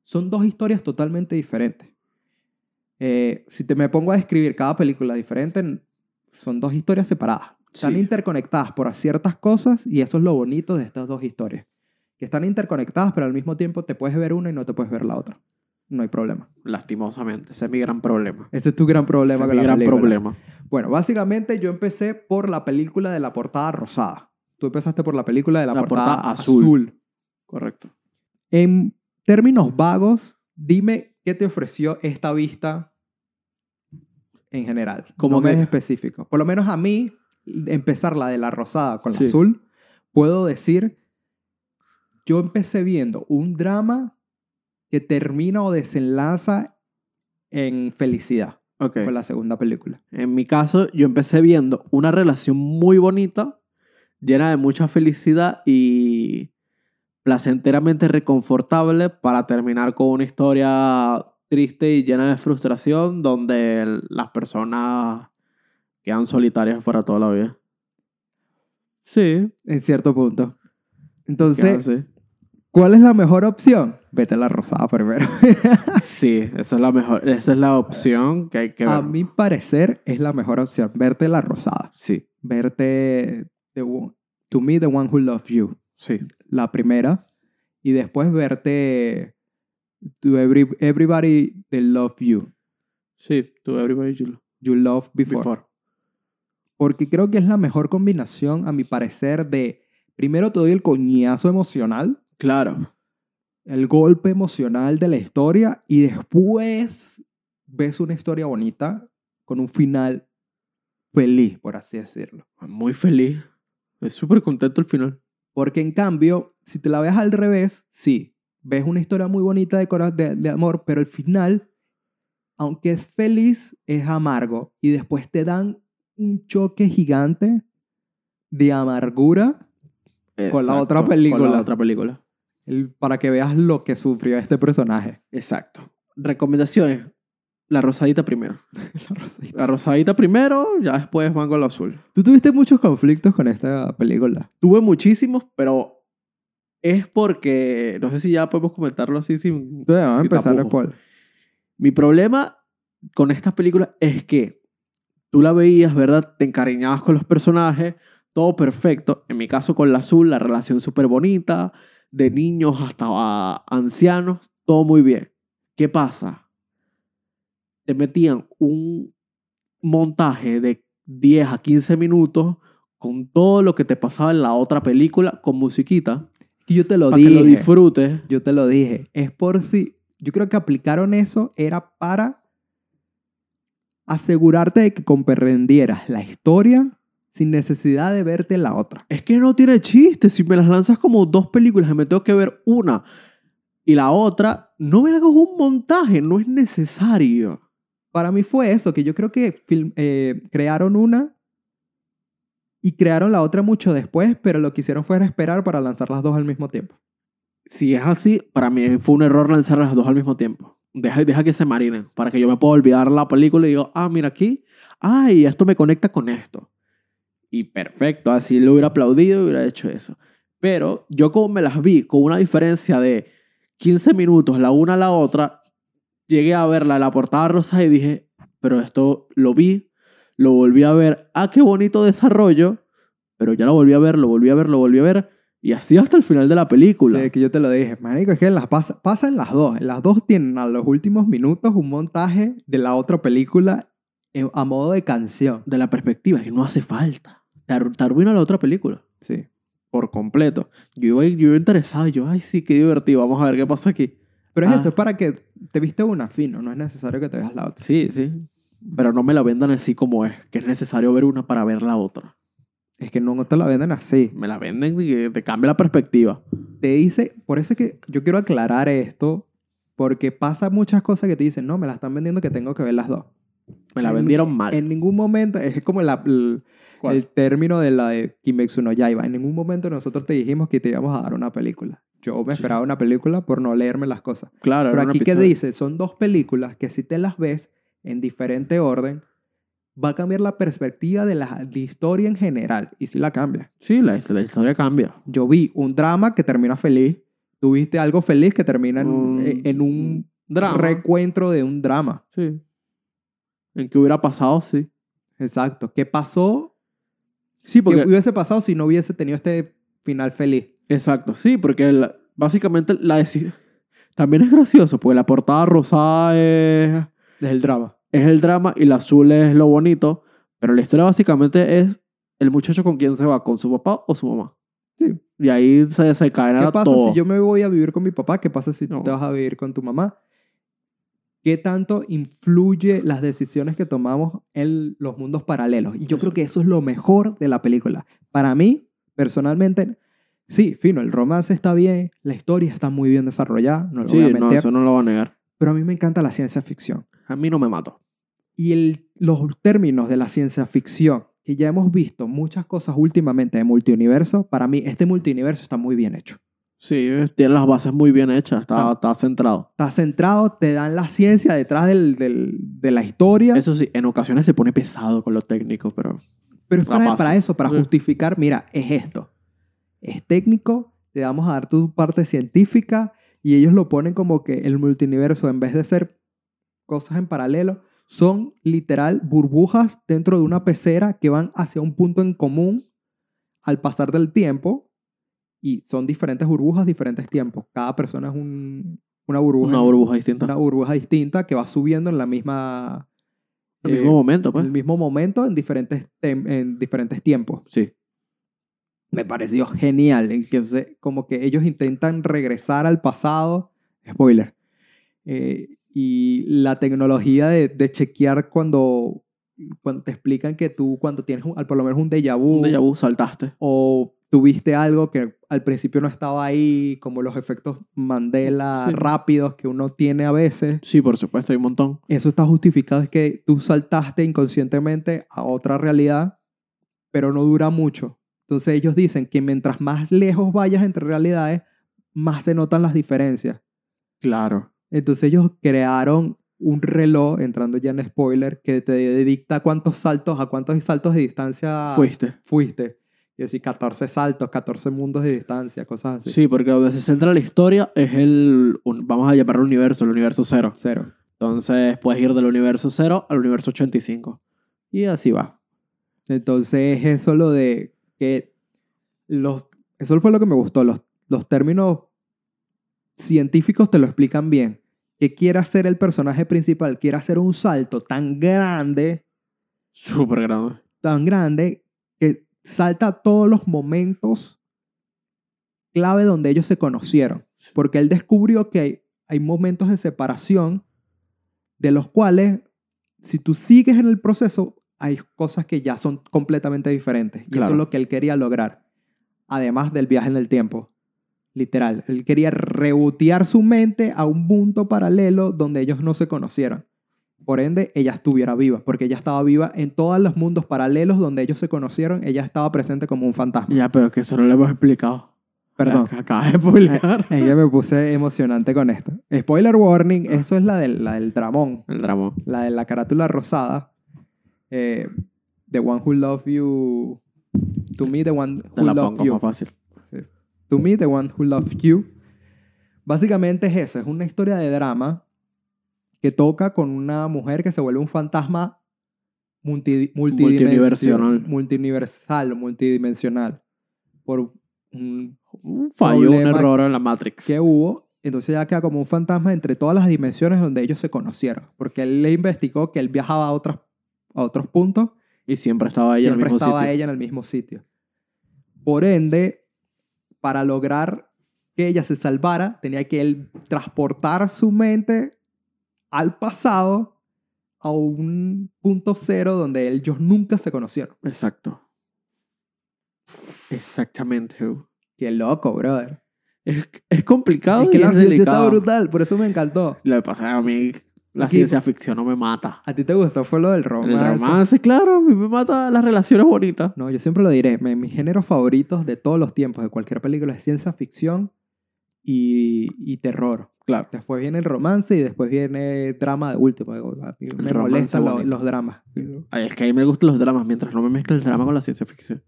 Speaker 1: son dos historias totalmente diferentes. Eh, si te me pongo a describir cada película diferente, n- son dos historias separadas. Están
Speaker 2: Sí.
Speaker 1: interconectadas por ciertas cosas y eso es lo bonito de estas dos historias. Que están interconectadas, pero al mismo tiempo te puedes ver una y no te puedes ver la otra. No hay problema.
Speaker 2: Lastimosamente. Ese es mi gran problema.
Speaker 1: Ese es tu gran problema
Speaker 2: Ese es
Speaker 1: con
Speaker 2: mi
Speaker 1: la
Speaker 2: gran
Speaker 1: película.
Speaker 2: problema.
Speaker 1: Bueno, básicamente yo empecé por la película de la portada rosada. Tú empezaste por la película de la,
Speaker 2: La
Speaker 1: portada,
Speaker 2: portada azul.
Speaker 1: azul.
Speaker 2: Correcto.
Speaker 1: En términos vagos, dime qué te ofreció esta vista en general.
Speaker 2: Como
Speaker 1: no me
Speaker 2: que-
Speaker 1: es específico. Por lo menos a mí, empezar la de la rosada con la
Speaker 2: Sí.
Speaker 1: azul, puedo decir, yo empecé viendo un drama que termina o desenlaza en felicidad
Speaker 2: Ok.
Speaker 1: con la segunda película.
Speaker 2: En mi caso, yo empecé viendo una relación muy bonita, llena de mucha felicidad y placenteramente reconfortable para terminar con una historia triste y llena de frustración donde el- las personas quedan solitarias para toda la vida. Sí.
Speaker 1: En cierto punto.
Speaker 2: quedan
Speaker 1: Entonces,
Speaker 2: así.
Speaker 1: ¿cuál es la mejor opción? Vete a la rosada primero.
Speaker 2: Sí, esa es la mejor, esa es la opción que hay que ver.
Speaker 1: a mi parecer es la mejor opción, verte la rosada.
Speaker 2: Sí,
Speaker 1: verte The One- To Me, The One Who Loves You,
Speaker 2: sí.
Speaker 1: la primera, y después verte To every, Everybody They Love You,
Speaker 2: Sí, tuve everybody you love
Speaker 1: You Love Before.
Speaker 2: before.
Speaker 1: Porque creo que es la mejor combinación, a mi parecer, de primero te doy el coñazo emocional,
Speaker 2: Claro.
Speaker 1: el golpe emocional de la historia, y después ves una historia bonita con un final feliz, por así decirlo.
Speaker 2: Muy feliz. Es súper contento el final.
Speaker 1: Porque en cambio, si te la ves al revés, sí, ves una historia muy bonita de, cora- de, de amor, pero el final, aunque es feliz, es amargo. Y después te dan un choque gigante de amargura Con la otra
Speaker 2: Con
Speaker 1: película.
Speaker 2: la otra película.
Speaker 1: el- para que veas lo que sufrió este personaje.
Speaker 2: Exacto. Recomendaciones. La rosadita primero.
Speaker 1: La Rosita.
Speaker 2: La rosadita primero, ya después van con lo azul.
Speaker 1: Tú tuviste muchos conflictos con esta película.
Speaker 2: Tuve muchísimos, pero es porque, no sé si ya podemos comentarlo así sin...
Speaker 1: Entonces, vamos a
Speaker 2: Sí,
Speaker 1: empezar
Speaker 2: tapujos.
Speaker 1: cuál.
Speaker 2: Mi problema con estas películas es que tú la veías, ¿verdad? Te encariñabas con los personajes, todo perfecto. En mi caso con la azul, la relación súper bonita, de niños hasta a ancianos, todo muy bien. ¿Qué pasa? Te metían un montaje de 10 a 15 minutos con todo lo que te pasaba en la otra película con musiquita
Speaker 1: Que yo te lo
Speaker 2: para que lo
Speaker 1: dije.
Speaker 2: disfrutes.
Speaker 1: Yo te lo dije. Es por si. Yo creo que aplicaron eso era para asegurarte de que comprendieras la historia sin necesidad de verte la otra.
Speaker 2: Es que no tiene chiste. Si me las lanzas como dos películas y me tengo que ver una y la otra, no me hagas un montaje, no es necesario.
Speaker 1: Para mí fue eso, que yo creo que film- eh, crearon una y crearon la otra mucho después, pero lo que hicieron fue esperar para lanzar las dos al mismo tiempo.
Speaker 2: Si es así, para mí fue un error lanzar las dos al mismo tiempo. Deja, deja que se marinen para que yo me pueda olvidar la película y digo, ah, mira aquí, ay, esto me conecta con esto. Y perfecto, así lo hubiera aplaudido y hubiera hecho eso. Pero yo como me las vi con una diferencia de 15 minutos la una a la otra, llegué a verla la portada rosa y dije, pero esto lo vi, lo volví a ver, ah, qué bonito desarrollo, pero ya lo volví a ver, lo volví a ver, lo volví a ver, y así hasta el final de la película.
Speaker 1: Sí, que yo te lo dije, marico, es que las pasa, pasan las dos. Las dos tienen a los últimos minutos un montaje de la otra película en- a modo de canción.
Speaker 2: de la perspectiva que no hace falta. Te, arru- te arruina la otra película.
Speaker 1: Sí.
Speaker 2: Por completo. Yo iba, yo iba interesado. Yo, ay, sí, qué divertido. Vamos a ver qué pasa aquí.
Speaker 1: Pero es
Speaker 2: Ah.
Speaker 1: eso, es para que te viste una fino, no es necesario que te veas la otra.
Speaker 2: Sí, sí. Pero no me la vendan así como es, que es necesario ver una para ver la otra.
Speaker 1: Es que no te la venden así.
Speaker 2: Me la venden y que te cambia la perspectiva.
Speaker 1: Te dice, por eso es que yo quiero aclarar esto, porque pasa muchas cosas que te dicen, no, me la están vendiendo que tengo que ver las dos.
Speaker 2: Me la
Speaker 1: En-
Speaker 2: vendieron mal.
Speaker 1: En ningún momento, es como la- el,
Speaker 2: ¿Cuál?
Speaker 1: el término de la de Kimetsu no Yaiba. En ningún momento nosotros te dijimos que te íbamos a dar una película. Yo me
Speaker 2: Sí.
Speaker 1: esperaba una película por no leerme las cosas.
Speaker 2: claro,
Speaker 1: Pero
Speaker 2: era un
Speaker 1: aquí que
Speaker 2: episodio.
Speaker 1: dice, son dos películas que si te las ves en diferente orden, va a cambiar la perspectiva de la de historia en general. Y si la cambia.
Speaker 2: Sí, la, la historia cambia.
Speaker 1: Yo vi un drama que termina feliz. Tuviste algo feliz que termina en, un-
Speaker 2: Un-
Speaker 1: en un
Speaker 2: Mm, Drama.
Speaker 1: recuentro de un drama.
Speaker 2: sí. En qué hubiera pasado, sí.
Speaker 1: Exacto. ¿Qué pasó?
Speaker 2: Sí,
Speaker 1: ¿Qué
Speaker 2: porque...
Speaker 1: hubiese pasado si no hubiese tenido este final feliz?
Speaker 2: Exacto, sí, porque la- básicamente la deci- También es gracioso, porque la portada rosada es,
Speaker 1: Es el drama.
Speaker 2: es el drama y la azul es lo bonito, pero la historia básicamente es el muchacho con quién se va, con su papá o su mamá.
Speaker 1: Sí.
Speaker 2: Y ahí se
Speaker 1: ¿Qué
Speaker 2: desencadenará
Speaker 1: pasa
Speaker 2: todo.
Speaker 1: si yo me voy a vivir con mi papá? ¿Qué pasa si
Speaker 2: No.
Speaker 1: te vas a vivir con tu mamá? ¿Qué tanto influye las decisiones que tomamos en los mundos paralelos? Y yo creo que eso es lo mejor de la película. Para mí, personalmente, sí, fino, el romance está bien, la historia está muy bien desarrollada, no lo voy
Speaker 2: Sí,
Speaker 1: a
Speaker 2: no,
Speaker 1: mentir,
Speaker 2: eso no lo va a negar.
Speaker 1: pero a mí me encanta la ciencia ficción
Speaker 2: A mí no me mato.
Speaker 1: y el- los términos de la ciencia ficción, que ya hemos visto muchas cosas últimamente de multiuniverso, para mí este multiuniverso está muy bien hecho.
Speaker 2: Sí, eh, tiene las bases muy bien hechas, está,
Speaker 1: Ah.
Speaker 2: está centrado.
Speaker 1: Está centrado, te dan la ciencia detrás del- del- de la historia,
Speaker 2: Eso sí, en ocasiones se pone pesado con lo técnico, pero
Speaker 1: pero es
Speaker 2: la
Speaker 1: para,
Speaker 2: base.
Speaker 1: para eso, para
Speaker 2: Sí.
Speaker 1: justificar, mira, es esto. Es técnico, te vamos a dar tu parte científica y ellos lo ponen como que el multiuniverso, en vez de ser cosas en paralelo, son literal burbujas dentro de una pecera que van hacia un punto en común al pasar del tiempo y son diferentes burbujas, diferentes tiempos. Cada persona es un- una burbuja.
Speaker 2: una burbuja distinta.
Speaker 1: una burbuja distinta que va subiendo en la misma
Speaker 2: En
Speaker 1: eh,
Speaker 2: el mismo momento,
Speaker 1: en
Speaker 2: pues.
Speaker 1: el mismo momento en diferentes tem- en diferentes tiempos
Speaker 2: Sí.
Speaker 1: me pareció genial en que se- como que ellos intentan regresar al pasado spoiler Eh, y la tecnología de, de chequear cuando cuando te explican que tú cuando tienes un- al por lo menos un déjà vu,
Speaker 2: Un déjà vu, saltaste.
Speaker 1: o tuviste algo que al principio no estaba ahí como los efectos Mandela
Speaker 2: Sí.
Speaker 1: rápidos que uno tiene a veces
Speaker 2: Sí, por supuesto, hay un montón.
Speaker 1: eso está justificado, es que tú saltaste inconscientemente a otra realidad, pero no dura mucho. Entonces ellos dicen que mientras más lejos vayas entre realidades, más se notan las diferencias.
Speaker 2: Claro.
Speaker 1: Entonces ellos crearon un reloj, entrando ya en spoiler, que te dicta cuántos saltos, a cuántos saltos de distancia
Speaker 2: Fuiste.
Speaker 1: fuiste. Y decir, 14 saltos, 14 mundos de distancia, cosas así.
Speaker 2: Sí. porque donde se centra la historia es el, un- vamos a llamarlo universo, el universo cero.
Speaker 1: Cero.
Speaker 2: Entonces puedes ir del universo cero al universo 85. Y así va.
Speaker 1: Entonces, eso lo de que los. Eso fue lo que me gustó. Los, los términos científicos te lo explican bien. Que quiera ser el personaje principal, quiera hacer un salto tan grande,
Speaker 2: Súper grande.
Speaker 1: tan grande, que salta a todos los momentos clave donde ellos se conocieron. Porque él descubrió que hay, hay momentos de separación de los cuales, si tú sigues en el proceso, hay cosas que ya son completamente diferentes. Y eso
Speaker 2: Claro.
Speaker 1: es lo que él quería lograr. Además del viaje en el tiempo. Literal. Él quería rebotear su mente a un punto paralelo donde ellos no se conocieran. Por ende, ella estuviera viva, porque ella estaba viva en todos los mundos paralelos donde ellos se conocieron. Ella estaba presente como un fantasma.
Speaker 2: Ya, pero que eso no lo hemos explicado.
Speaker 1: Perdón.
Speaker 2: Que acabas de publicar.
Speaker 1: Ella me puse emocionante con esto. Spoiler warning, eso es la del, la del tramón.
Speaker 2: El drama.
Speaker 1: la de la carátula rosada. eh, the one who loves you. To me, the one
Speaker 2: Te
Speaker 1: who
Speaker 2: la
Speaker 1: loves
Speaker 2: pongo
Speaker 1: you.
Speaker 2: más fácil.
Speaker 1: To me, the one who loves you. Básicamente es eso, es una historia de drama que toca con una mujer que se vuelve un fantasma multi, multidimensional,
Speaker 2: Multiuniversional.
Speaker 1: multiuniversal, multidimensional, por un
Speaker 2: Un fallo, un
Speaker 1: Problema
Speaker 2: error en la Matrix.
Speaker 1: que hubo. Entonces ya queda como un fantasma entre todas las dimensiones donde ellos se conocieron. Porque él le investigó que él viajaba a, otras, a otros puntos.
Speaker 2: Y siempre estaba ella en el
Speaker 1: siempre
Speaker 2: mismo
Speaker 1: estaba
Speaker 2: sitio.
Speaker 1: ella en el mismo sitio. Por ende, para lograr que ella se salvara, tenía que él transportar su mente al pasado a un punto cero donde ellos nunca se conocieron.
Speaker 2: Exacto. Exactamente. bro.
Speaker 1: Qué loco, brother.
Speaker 2: Es, es complicado
Speaker 1: es que
Speaker 2: y
Speaker 1: la
Speaker 2: es
Speaker 1: ciencia está
Speaker 2: delicado.
Speaker 1: brutal, por eso me encantó.
Speaker 2: Lo que pasa es que a mí la
Speaker 1: Aquí-
Speaker 2: ciencia ficción no me mata.
Speaker 1: ¿A ti te gustó? Fue lo del romance.
Speaker 2: El romance, claro, a mí me mata las relaciones bonitas.
Speaker 1: No, yo siempre lo diré. mi- Mis géneros favoritos de todos los tiempos, de cualquier película, es ciencia ficción y, y terror.
Speaker 2: Claro.
Speaker 1: Después viene el romance y después viene drama de último. A mí me
Speaker 2: romance
Speaker 1: molestan lo-
Speaker 2: bonito.
Speaker 1: los dramas.
Speaker 2: Ay, es que a mí me gustan los dramas, mientras no me mezcle el drama con la ciencia ficción.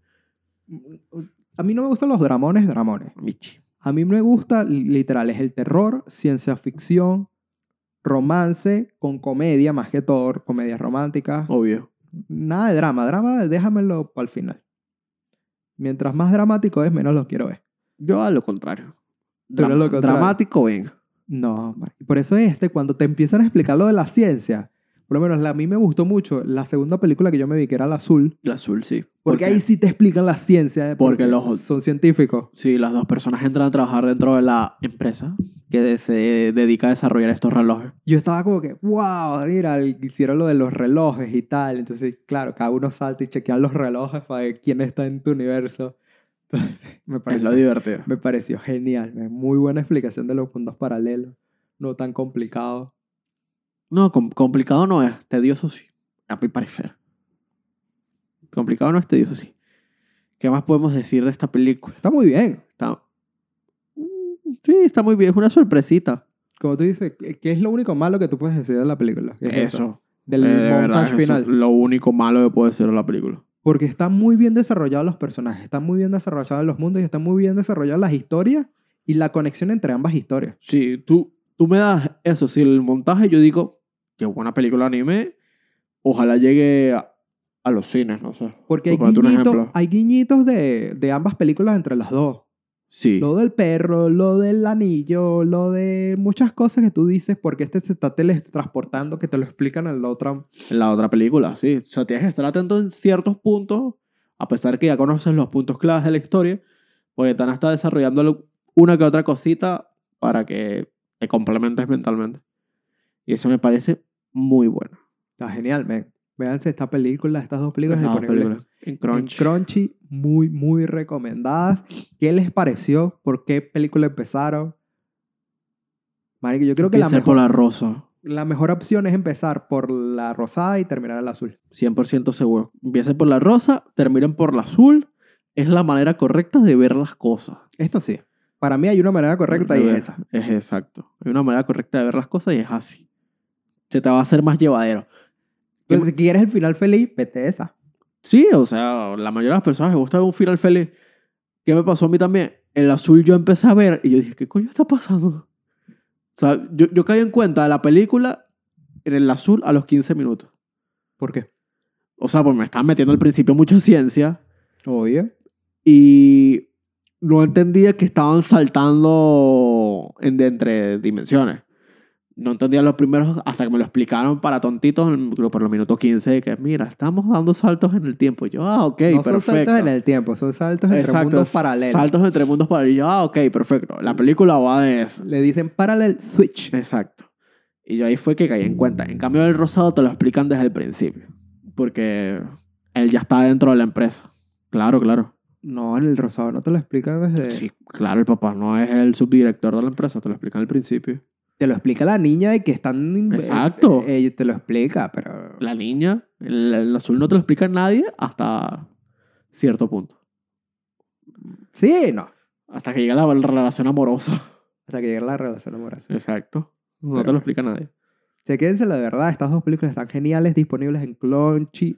Speaker 1: A mí no me gustan los dramones, dramones.
Speaker 2: Michi.
Speaker 1: A mí me gusta, li- literal, es el terror, ciencia ficción, romance con comedia, más que todo, comedias románticas.
Speaker 2: Obvio.
Speaker 1: Nada de drama. Drama, déjamelo para el final. Mientras más dramático es, menos lo quiero ver.
Speaker 2: Yo a lo contrario.
Speaker 1: Tú eres
Speaker 2: Drama-
Speaker 1: lo contrario.
Speaker 2: Dramático, venga.
Speaker 1: No, mar- por eso este, cuando te empiezan a explicar lo de la ciencia, por lo menos la- a mí me gustó mucho la segunda película que yo me vi, que era La Azul,
Speaker 2: El azul, sí.
Speaker 1: porque ahí sí te explican la ciencia. de por
Speaker 2: Porque
Speaker 1: qué
Speaker 2: los-
Speaker 1: Son científicos.
Speaker 2: Sí, las dos personas entran a trabajar dentro de la empresa que se dedica a desarrollar estos relojes.
Speaker 1: Yo estaba como que, wow, mira, el- hicieron lo de los relojes y tal. Entonces, claro, cada uno salta y chequean los relojes para ver quién está en tu universo. Entonces, me
Speaker 2: Es lo
Speaker 1: pareció,
Speaker 2: divertido.
Speaker 1: me pareció genial. me- Muy buena explicación de los puntos paralelos. No tan complicado.
Speaker 2: No, com- complicado no es. Tedioso sí. A mi parecer. Complicado no es, tedioso sí. ¿Qué más podemos decir de esta película?
Speaker 1: Está muy bien.
Speaker 2: Está... Mm, Sí, está muy bien. Es una sorpresita.
Speaker 1: Como tú dices, ¿qué qué es lo único malo que tú puedes decir de la película? ¿Qué es Del
Speaker 2: Eh, de
Speaker 1: montaje
Speaker 2: verdad, eso es
Speaker 1: final.
Speaker 2: lo único malo que puede ser la película.
Speaker 1: Porque están muy bien desarrollados los personajes, están muy bien desarrollados los mundos y están muy bien desarrolladas las historias y la conexión entre ambas historias.
Speaker 2: Sí, tú, tú me das eso. Si el montaje, yo digo, qué buena película anime. Ojalá llegue a, a los cines, no sé.
Speaker 1: Porque hay,
Speaker 2: Por ponerte un
Speaker 1: guiñitos-
Speaker 2: ejemplo.
Speaker 1: hay guiñitos de, de ambas películas entre las dos.
Speaker 2: Sí.
Speaker 1: Lo del perro, lo del anillo, lo de muchas cosas que tú dices porque este se está teletransportando que te lo explican en la otra.
Speaker 2: En la otra película, sí. O sea, tienes que estar atento en ciertos puntos, a pesar que ya conoces los puntos claves de la historia, porque están hasta desarrollando lo- una que otra cosita para que te complementes mentalmente. Y eso me parece muy bueno.
Speaker 1: Está genial, men. Véanse esta película, estas dos películas
Speaker 2: Las dos
Speaker 1: disponibles.
Speaker 2: películas. En
Speaker 1: en
Speaker 2: Crunch.
Speaker 1: Crunchy, muy, muy recomendadas. ¿Qué les pareció? ¿Por qué película empezaron? Marico, yo creo que la
Speaker 2: Empieza
Speaker 1: mejor,
Speaker 2: por la rosa.
Speaker 1: la mejor opción es empezar por la rosada y terminar el azul.
Speaker 2: 100% seguro. Empiecen por la rosa, terminen por la azul. Es la manera correcta de ver las cosas.
Speaker 1: Esto sí. Para mí hay una manera correcta
Speaker 2: De
Speaker 1: y
Speaker 2: ver-
Speaker 1: es esa.
Speaker 2: Es exacto. Hay una manera correcta de ver las cosas y es así. Se te va a hacer más llevadero.
Speaker 1: Entonces, si quieres el final feliz, vete esa.
Speaker 2: Sí, o sea, la mayoría de las personas les gusta ver un final feliz. ¿Qué me pasó a mí también? El azul yo empecé a ver y yo dije, ¿qué coño está pasando? O sea, yo, yo caí en cuenta de la película en el azul a los 15 minutos.
Speaker 1: ¿Por qué?
Speaker 2: O sea, pues me estaban metiendo al principio mucha ciencia
Speaker 1: Obvio.
Speaker 2: y no entendía que estaban saltando en, de entre dimensiones. No entendía los primeros hasta que me lo explicaron para tontitos en- por los minutos 15 de que, mira, estamos dando saltos en el tiempo. Y yo, ah, ok,
Speaker 1: no son
Speaker 2: perfecto.
Speaker 1: saltos en el tiempo, son saltos entre mundos paralelos.
Speaker 2: Saltos entre mundos paralelos. Yo, Ah, ok, perfecto. La película va de eso.
Speaker 1: Le dicen parallel switch.
Speaker 2: Exacto. Y yo ahí fue que caí en cuenta. En cambio, el rosado te lo explican desde el principio. Porque él ya está dentro de la empresa. Claro, claro.
Speaker 1: No, en el rosado no te lo explican desde...
Speaker 2: Sí, claro, el papá no es el subdirector de la empresa, te lo explican al principio.
Speaker 1: Te lo explica la niña de que están...
Speaker 2: Exacto.
Speaker 1: Eh, eh, te lo explica, pero...
Speaker 2: La niña, el, el azul no te lo explica nadie hasta cierto punto.
Speaker 1: Sí, no.
Speaker 2: Hasta que llega la relación amorosa.
Speaker 1: Hasta que llegue la relación
Speaker 2: Mm.
Speaker 1: amorosa.
Speaker 2: Exacto. No
Speaker 1: Pero-
Speaker 2: te lo explica nadie.
Speaker 1: Chequénselo de verdad, estas dos películas están geniales, disponibles en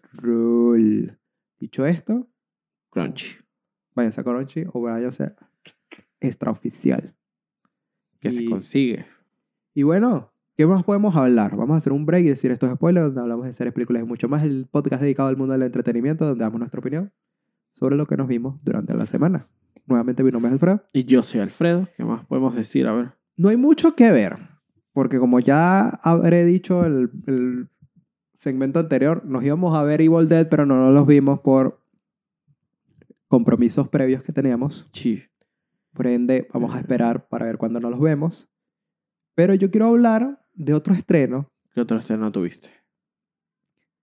Speaker 1: Crunchyroll. Dicho esto,
Speaker 2: Crunchy.
Speaker 1: váyanse a Crunchy o váyanse a extraoficial.
Speaker 2: Que
Speaker 1: Y-
Speaker 2: se consigue.
Speaker 1: Y bueno, ¿qué más podemos hablar? Vamos a hacer un break y decir estos spoilers, donde hablamos de series, películas y mucho más. El podcast dedicado al mundo del entretenimiento, donde damos nuestra opinión sobre lo que nos vimos durante la semana. Nuevamente, mi nombre es Alfredo.
Speaker 2: Y yo soy Alfredo. ¿Qué más podemos decir? A ver.
Speaker 1: No hay mucho que ver, porque como ya habré dicho en el, el segmento anterior, nos íbamos a ver Evil Dead, pero no nos los vimos por compromisos previos que teníamos.
Speaker 2: Sí.
Speaker 1: Por ende, vamos a esperar para ver cuándo nos los vemos. Pero yo quiero hablar de otro estreno
Speaker 2: ¿Qué otro estreno tuviste?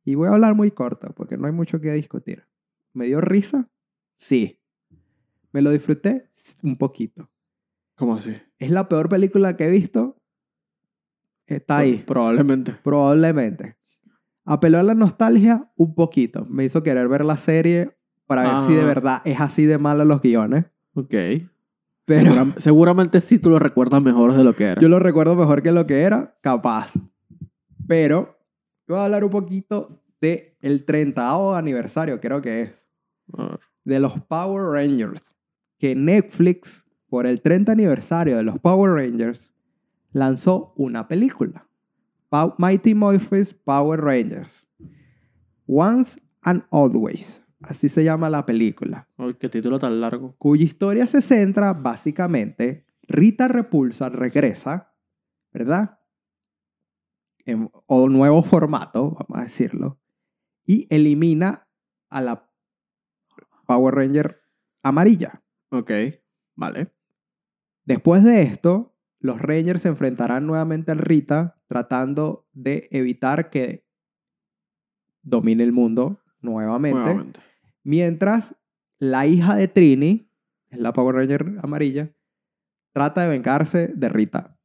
Speaker 1: Y voy a hablar muy corto porque no hay mucho que discutir. ¿Me dio risa? Sí. ¿Me lo disfruté? S- Un poquito.
Speaker 2: ¿Cómo así?
Speaker 1: ¿Es la peor película que he visto? Está ahí.
Speaker 2: Pro- Probablemente.
Speaker 1: Probablemente. Apeló a la nostalgia un poquito. Me hizo querer ver la serie para ver si de
Speaker 2: Ah.
Speaker 1: verdad es así de malo los guiones.
Speaker 2: Ok.
Speaker 1: Pero
Speaker 2: Segura- seguramente sí tú lo recuerdas mejor de lo que era.
Speaker 1: yo lo recuerdo mejor que lo que era, capaz. Pero voy a hablar un poquito de el 30 aniversario, creo que es,
Speaker 2: A ver.
Speaker 1: de los Power Rangers. Que Netflix, por el 30 aniversario de los Power Rangers, lanzó una película. Pow- Mighty Morphin's Power Rangers. Once and Always. Así se llama la película
Speaker 2: Ay, qué título tan largo.
Speaker 1: cuya historia se centra básicamente, Rita Repulsa regresa, ¿verdad? En o nuevo formato, vamos a decirlo, y elimina a la Power Ranger amarilla.
Speaker 2: Ok. Vale.
Speaker 1: Después de esto, los Rangers se enfrentarán nuevamente a Rita tratando de evitar que domine el mundo nuevamente.
Speaker 2: Nuevamente.
Speaker 1: Mientras la hija de Trini, es la Power Ranger amarilla, trata de vengarse de Rita.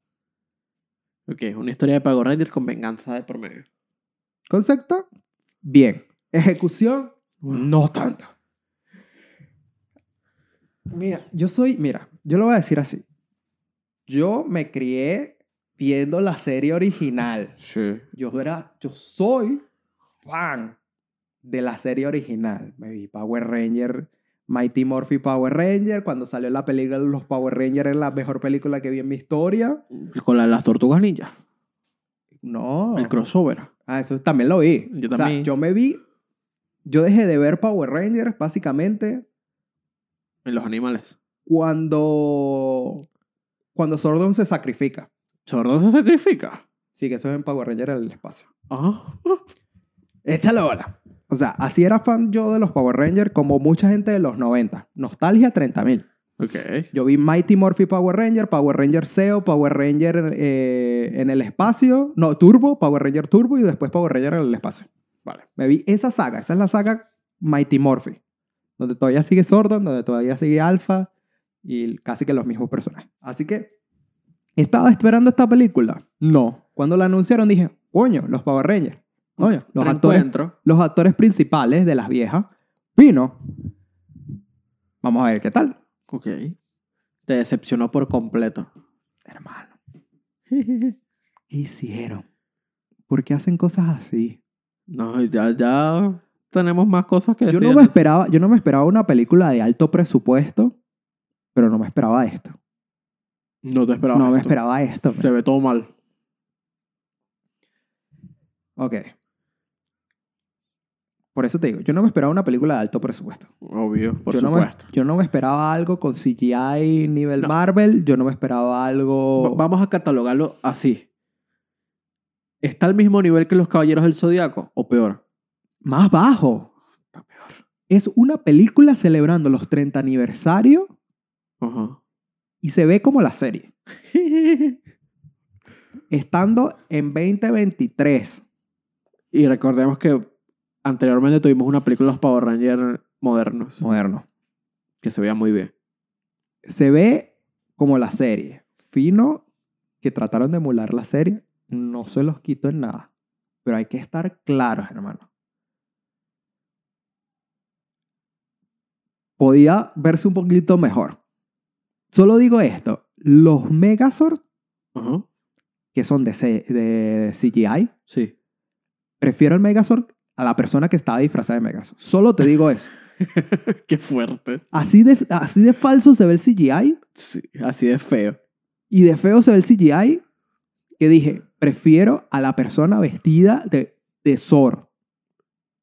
Speaker 2: Ok, una historia de Pago Ranger con venganza de por medio.
Speaker 1: Concepto, bien. Ejecución, no tanto. Mira, yo soy, mira, yo lo voy a decir así. Yo me crié viendo la serie original.
Speaker 2: Sí.
Speaker 1: Yo era, yo soy fan de la serie original. Me vi Power Ranger, Mighty Morphy Power Ranger. Cuando salió la película de los Power Rangers, es la mejor película que vi en mi historia.
Speaker 2: Con la de las tortugas ninja.
Speaker 1: No.
Speaker 2: El crossover.
Speaker 1: Ah, eso también lo vi.
Speaker 2: Yo
Speaker 1: O sea,
Speaker 2: también.
Speaker 1: yo me vi. Yo dejé de ver Power Rangers, básicamente,
Speaker 2: En los animales.
Speaker 1: cuando. Cuando Sordon se sacrifica.
Speaker 2: Sordo se sacrifica.
Speaker 1: Sí, que eso es en Power Ranger en el espacio.
Speaker 2: Ah.
Speaker 1: Échale bola. O sea, así era fan yo de los Power Rangers como mucha gente de los 90. Nostalgia 30.000.
Speaker 2: Ok.
Speaker 1: Yo vi Mighty Morphy Power Ranger, Power Ranger SEO, Power Ranger eh, en el espacio, no, Turbo, Power Ranger Turbo y después Power Ranger en el espacio.
Speaker 2: Vale.
Speaker 1: Me vi esa saga, esa es la saga Mighty Morphy, donde todavía sigue Sordon, donde todavía sigue Alpha y casi que los mismos personajes. Así que, ¿estaba esperando esta película? No. Cuando la anunciaron dije, coño, los Power Rangers. Coño, los actores
Speaker 2: Reencuentro.
Speaker 1: los actores principales de las viejas, vino. Vamos a ver qué tal.
Speaker 2: Ok. Te decepcionó por completo.
Speaker 1: Hermano, ¿qué hicieron? ¿Por qué hacen cosas así?
Speaker 2: no, ya, ya tenemos más cosas que
Speaker 1: Yo
Speaker 2: decir.
Speaker 1: no me esperaba, yo no me esperaba una película de alto presupuesto, pero no me esperaba esto.
Speaker 2: No te esperaba.
Speaker 1: No me
Speaker 2: esto. pues.
Speaker 1: esperaba esto.
Speaker 2: Se ve todo mal.
Speaker 1: Ok. Por eso te digo, yo no me esperaba una película de alto presupuesto.
Speaker 2: Obvio, por
Speaker 1: yo, no me,
Speaker 2: supuesto.
Speaker 1: yo no me esperaba algo con CGI nivel
Speaker 2: No.
Speaker 1: Marvel, yo no me esperaba algo...
Speaker 2: Va- Vamos a catalogarlo así. ¿Está al mismo nivel que los Caballeros del Zodiaco o peor?
Speaker 1: más bajo.
Speaker 2: Está peor.
Speaker 1: Es una película celebrando los 30 aniversario
Speaker 2: Ajá.
Speaker 1: y se ve como la serie. Estando en 2023.
Speaker 2: y recordemos que anteriormente tuvimos una película de los Power Rangers modernos
Speaker 1: Moderno.
Speaker 2: que se veía muy bien.
Speaker 1: Se ve como la serie. Fino que trataron de emular la serie. No se los quito en nada. Pero hay que estar claros, hermano. Podía verse un poquito mejor. Solo digo esto. Los Megazord,
Speaker 2: Ajá.
Speaker 1: que son de C- de CGI,
Speaker 2: Sí.
Speaker 1: prefiero el Megazord a la persona que estaba disfrazada de Megazord. Solo te digo eso.
Speaker 2: Qué fuerte.
Speaker 1: Así de, así de falso se ve el CGI
Speaker 2: Sí, así de feo.
Speaker 1: y de feo se ve el CGI que dije, prefiero a la persona vestida de, de Zor,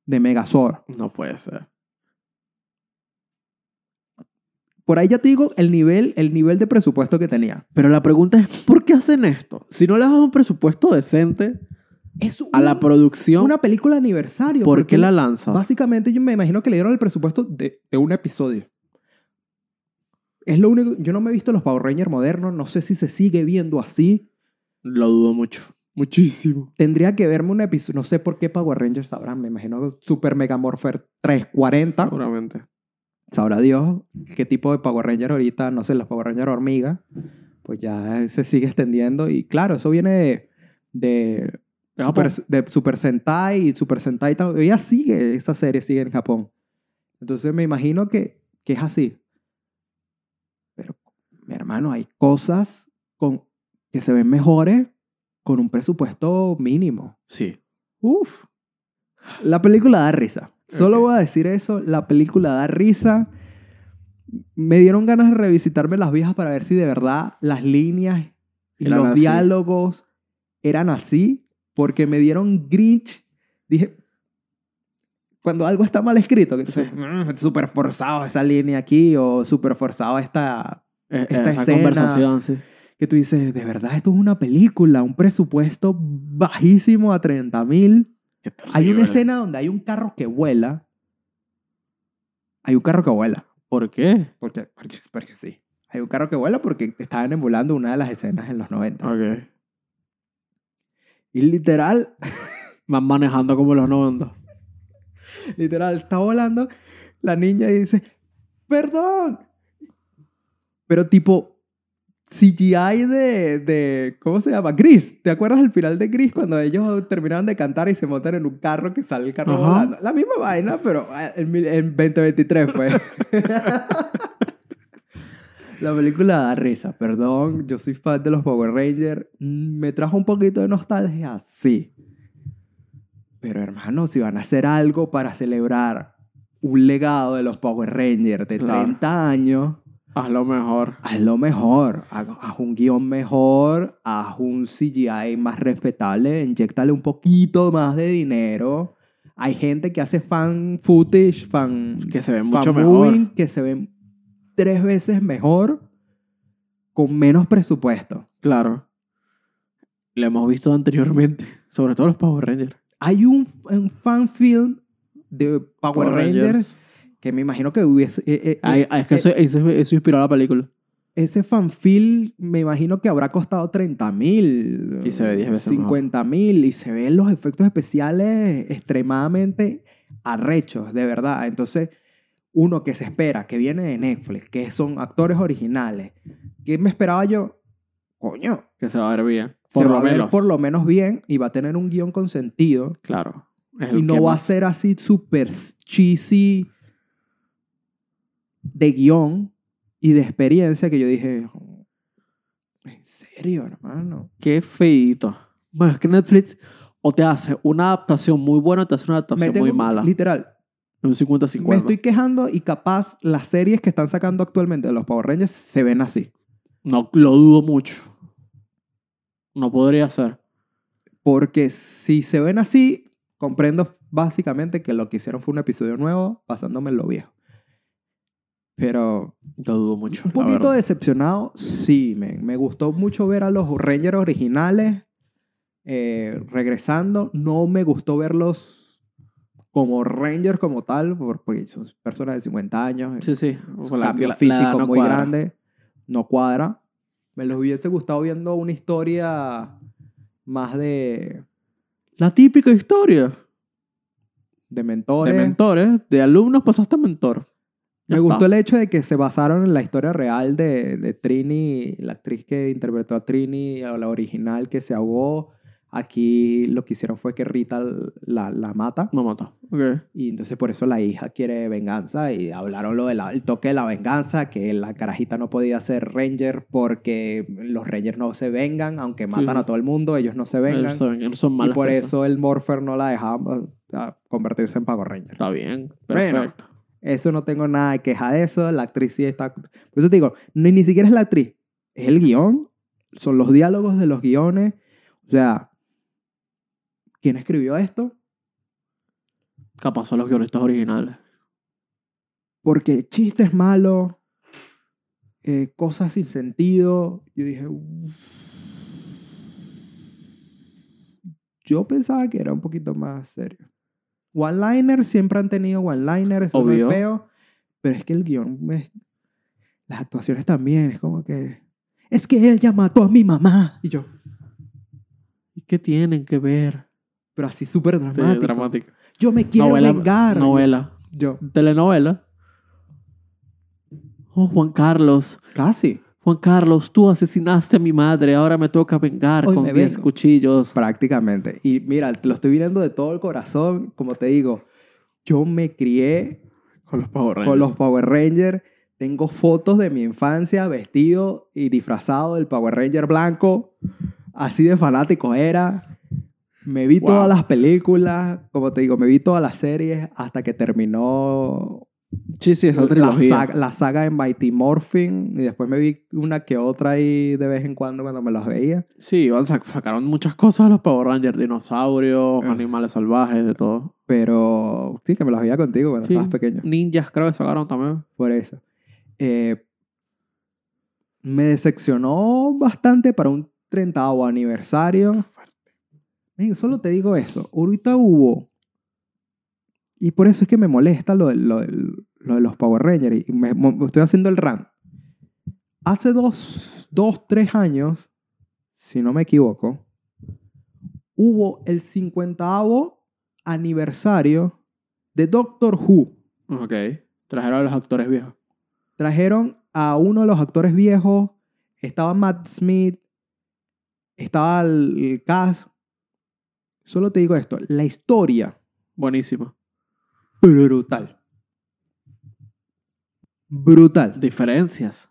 Speaker 1: de Megazord.
Speaker 2: No puede ser.
Speaker 1: Por ahí ya te digo el nivel, el nivel de presupuesto que tenía.
Speaker 2: Pero la pregunta es, ¿por qué hacen esto? Si no le das un presupuesto decente
Speaker 1: Es
Speaker 2: a la
Speaker 1: un-
Speaker 2: producción,
Speaker 1: una película de aniversario.
Speaker 2: ¿por
Speaker 1: porque
Speaker 2: qué la lanzas?
Speaker 1: Básicamente yo me imagino que le dieron el presupuesto de, de un episodio. Es lo único, yo no me he visto los Power Rangers modernos, no sé si se sigue viendo así.
Speaker 2: Lo dudo mucho. Muchísimo.
Speaker 1: Tendría que verme un episodio, no sé por qué Power Rangers sabrán, me imagino Super Mega Morpher 340.
Speaker 2: Seguramente.
Speaker 1: Sabrá Dios qué tipo de Power Ranger ahorita, no sé, los Power Ranger hormiga, pues ya se sigue extendiendo y claro, eso viene de, de,
Speaker 2: De
Speaker 1: Super,
Speaker 2: Japón.
Speaker 1: de Super Sentai y Super Sentai todavía sigue, esta serie sigue en Japón. Entonces me imagino que, que es así. Pero, mi hermano, hay cosas con, que se ven mejores con un presupuesto mínimo.
Speaker 2: Sí.
Speaker 1: Uf. La película da risa. Solo
Speaker 2: Ok.
Speaker 1: voy a decir eso. La película da risa. Me dieron ganas de revisitarme las viejas para ver si de verdad las líneas y
Speaker 2: Eran
Speaker 1: los
Speaker 2: así.
Speaker 1: diálogos eran así. Porque me dieron Grinch. Dije, cuando algo está mal escrito, que tú dices, "Mm, súper forzado esa línea aquí o súper forzado esta...
Speaker 2: Eh, eh,
Speaker 1: Esta
Speaker 2: esa
Speaker 1: escena-
Speaker 2: conversación, sí.
Speaker 1: Que tú dices, de verdad, esto es una película, un presupuesto bajísimo a 30 mil.
Speaker 2: Qué
Speaker 1: Hay
Speaker 2: terrible.
Speaker 1: una escena donde hay un carro que vuela. Hay un carro que vuela.
Speaker 2: ¿Por qué?
Speaker 1: Porque, porque, porque sí. Hay un carro que vuela porque estaban emulando una de las escenas en los 90.
Speaker 2: Ok.
Speaker 1: Y literal,
Speaker 2: Van manejando como los 90.
Speaker 1: literal, está volando la niña y dice, perdón. Pero tipo, CGI de, de, ¿cómo se llama? Gris. ¿Te acuerdas al final de Gris cuando ellos terminaban de cantar y se montan en un carro que sale el carro
Speaker 2: Ajá.
Speaker 1: volando? La misma vaina, pero eh, en, mil- en 2023 fue. La película da risa, perdón, yo soy fan de los Power Rangers, Mm, me trajo un poquito de nostalgia, sí. Pero hermano, si van a hacer algo para celebrar un legado de los Power Rangers de
Speaker 2: Claro.
Speaker 1: 30 años,
Speaker 2: Haz lo mejor.
Speaker 1: haz lo mejor, haz, haz un guión mejor, haz un CGI más respetable, inyectale un poquito más de dinero. Hay gente que hace fan footage, fan,
Speaker 2: Que se ve
Speaker 1: fan
Speaker 2: mucho
Speaker 1: moving,
Speaker 2: mejor.
Speaker 1: que se ven tres veces mejor con menos presupuesto.
Speaker 2: Claro. Lo hemos visto anteriormente. Sobre todo los Power Rangers.
Speaker 1: Hay un, un fan film de Power, Rangers, que me imagino que hubiese... eh, eh,
Speaker 2: Ay, ay, es que
Speaker 1: eh,
Speaker 2: eso, eso, eso inspiró la película.
Speaker 1: Ese fanfil me imagino que habrá costado 30 mil.
Speaker 2: Y se ve 10 veces mejor.
Speaker 1: 50 mil. Y se ven los efectos especiales extremadamente arrechos, de verdad. Entonces, uno que se espera, que viene de Netflix, que son actores originales. ¿Qué me esperaba yo? Coño.
Speaker 2: Que se va a ver bien.
Speaker 1: se
Speaker 2: Por
Speaker 1: va
Speaker 2: lo
Speaker 1: a ver
Speaker 2: menos.
Speaker 1: por lo menos bien y va a tener un guión con sentido.
Speaker 2: Claro. Es
Speaker 1: Y
Speaker 2: el
Speaker 1: no
Speaker 2: que
Speaker 1: va a
Speaker 2: más-
Speaker 1: ser así súper cheesy de guión y de experiencia que yo dije, "Oh, ¿en serio, hermano?
Speaker 2: Qué feito. Bueno, es que Netflix o te hace una adaptación muy buena o te hace una
Speaker 1: Me
Speaker 2: adaptación
Speaker 1: tengo-
Speaker 2: muy mala.
Speaker 1: Literal,
Speaker 2: Un
Speaker 1: me
Speaker 2: 50-50.
Speaker 1: estoy quejando y capaz las series que están sacando actualmente de los Power Rangers se ven así.
Speaker 2: No lo dudo mucho. No podría ser.
Speaker 1: Porque si se ven así, comprendo básicamente que lo que hicieron fue un episodio nuevo basándome en lo viejo. Pero
Speaker 2: Lo dudo mucho.
Speaker 1: Un
Speaker 2: la
Speaker 1: poquito
Speaker 2: verdad.
Speaker 1: decepcionado, sí, men. Me gustó mucho ver a los Rangers originales eh, regresando. No me gustó verlos como Rangers como tal, por- porque son personas de 50 años. eh,
Speaker 2: Sí, sí.
Speaker 1: su
Speaker 2: La-
Speaker 1: cambio
Speaker 2: la- la
Speaker 1: físico
Speaker 2: edad no
Speaker 1: muy
Speaker 2: cuadra.
Speaker 1: grande. No cuadra. Me los hubiese gustado viendo una historia más de,
Speaker 2: La típica historia.
Speaker 1: de mentores.
Speaker 2: De mentores. De alumnos pasaste a mentor. Ya
Speaker 1: Me gustó
Speaker 2: está.
Speaker 1: el hecho de que se basaron en la historia real de, de Trini, la actriz que interpretó a Trini, a la original que se ahogó. Aquí lo que hicieron fue que Rita la, la mata.
Speaker 2: No mató. Ok.
Speaker 1: Y entonces por eso la hija quiere venganza y hablaron lo del toque de la venganza, que la carajita no podía ser ranger porque los rangers no se vengan, aunque matan
Speaker 2: sí.
Speaker 1: a todo el mundo, ellos no se vengan.
Speaker 2: Ellos saben que no son
Speaker 1: Y
Speaker 2: malas
Speaker 1: por
Speaker 2: personas.
Speaker 1: eso el Morpher no la dejaba ah, convertirse en Pago Ranger.
Speaker 2: Está bien.
Speaker 1: Bueno.
Speaker 2: Perfecto.
Speaker 1: Eso no tengo nada de queja de eso. La actriz sí está. Por eso te digo, ni, ni siquiera es la actriz. Es el guión. Son los diálogos de los guiones. O sea, ¿quién escribió esto?
Speaker 2: Capaz son los guionistas originales.
Speaker 1: Porque chistes malos, eh, cosas sin sentido. Yo dije. "Uf". Yo pensaba que era un poquito más serio. One-liners siempre han tenido one-liners, eso no es
Speaker 2: Obvio.
Speaker 1: peo, Pero es que el guión, es- las actuaciones también, es como que. Es que ella mató a mi mamá. Y yo.
Speaker 2: que tienen que ver.
Speaker 1: Pero así súper
Speaker 2: Sí,
Speaker 1: dramático.
Speaker 2: dramática.
Speaker 1: Yo me quiero
Speaker 2: novela,
Speaker 1: vengar.
Speaker 2: novela,
Speaker 1: Yo,
Speaker 2: telenovela. Oh, Juan Carlos,
Speaker 1: casi.
Speaker 2: Juan Carlos, tú asesinaste a mi madre, ahora me toca vengar
Speaker 1: Hoy
Speaker 2: con
Speaker 1: me
Speaker 2: 10
Speaker 1: vengo.
Speaker 2: cuchillos.
Speaker 1: Prácticamente. Y mira, te lo estoy viendo de todo el corazón. Como te digo, yo me crié
Speaker 2: Con los Power
Speaker 1: con los Power Rangers. Tengo fotos de mi infancia vestido y disfrazado del Power Ranger blanco. Así de fanático era. Me vi
Speaker 2: Wow.
Speaker 1: todas las películas, como te digo, me vi todas las series hasta que terminó
Speaker 2: Sí, sí, esa
Speaker 1: la
Speaker 2: trilogía.
Speaker 1: saga, la saga en Mighty Morphin y después me vi una que otra ahí de vez en cuando cuando me las veía.
Speaker 2: Sí, van sac- sacaron muchas cosas de los Power Rangers, dinosaurios,
Speaker 1: Ah.
Speaker 2: animales salvajes, de todo.
Speaker 1: Pero sí, que me las veía contigo cuando
Speaker 2: Sí.
Speaker 1: estabas pequeño.
Speaker 2: Ninjas creo que sacaron también.
Speaker 1: por eso. Eh, me decepcionó bastante para un 30 aniversario. Men, solo te digo eso. Ahorita hubo. Y por eso es que me molesta lo, de- lo de- lo de los Power Rangers. Y me, mo- estoy haciendo el rant. Hace dos, dos, tres años, si no me equivoco, hubo el 50 aniversario de Doctor Who
Speaker 2: Ok. Trajeron a los actores viejos.
Speaker 1: trajeron a uno de los actores viejos. Estaba Matt Smith. Estaba el, el cast. Solo te digo esto. La historia.
Speaker 2: Buenísimo.
Speaker 1: Brutal. Brutal.
Speaker 2: Diferencias.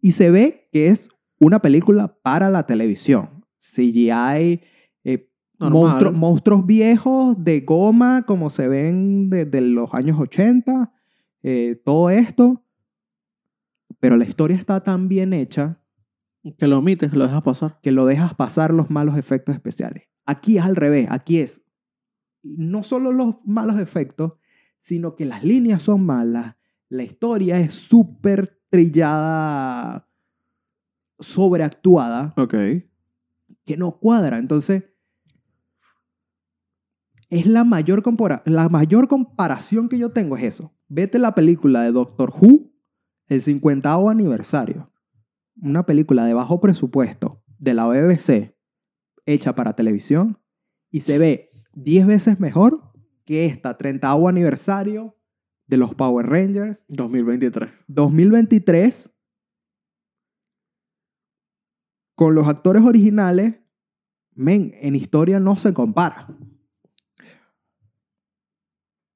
Speaker 1: Y se ve que es una película para la televisión. CGI. eh,
Speaker 2: Normal.
Speaker 1: monstruo- monstruos viejos de goma, como se ven desde los años 80, eh, todo esto. Pero la historia está tan bien hecha
Speaker 2: Que lo omites, lo dejas pasar.
Speaker 1: que lo dejas pasar los malos efectos especiales. Aquí es al revés, aquí es no solo los malos efectos, sino que las líneas son malas, la historia es súper trillada, sobreactuada,
Speaker 2: Ok.
Speaker 1: que no cuadra. Entonces, es la mayor, compora- la mayor comparación que yo tengo es eso. Vete la película de Doctor Who, el 50 aniversario. Una película de bajo presupuesto de la BBC, hecha para televisión, y se ve 10 veces mejor que esta 30 aniversario de los Power Rangers
Speaker 2: 2023.
Speaker 1: 2023 con los actores originales, men, en historia no se compara.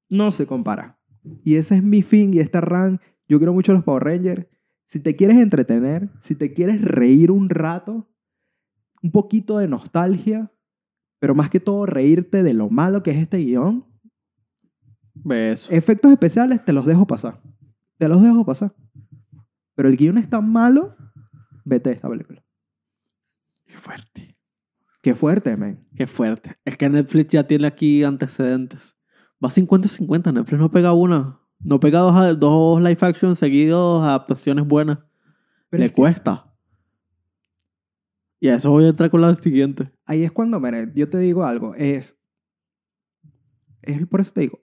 Speaker 1: No se compara. Y ese es mi fin y esta run. Yo quiero mucho a los Power Rangers. Si te quieres entretener, si te quieres reír un rato, un poquito de nostalgia, pero más que todo reírte de lo malo que es este guión,
Speaker 2: Ve eso.
Speaker 1: Efectos especiales te los dejo pasar. Te los dejo pasar. Pero el guión es tan malo, vete de esta película.
Speaker 2: Qué fuerte.
Speaker 1: Qué fuerte, men.
Speaker 2: Qué fuerte. Es que Netflix ya tiene aquí antecedentes. Va 50-50. Netflix no pega una. No pega dos, dos live action seguidos, adaptaciones buenas.
Speaker 1: Pero
Speaker 2: Le
Speaker 1: es que
Speaker 2: cuesta. Y a eso voy a entrar con la siguiente.
Speaker 1: ahí es cuando, men, yo te digo algo. Es, es por eso te digo,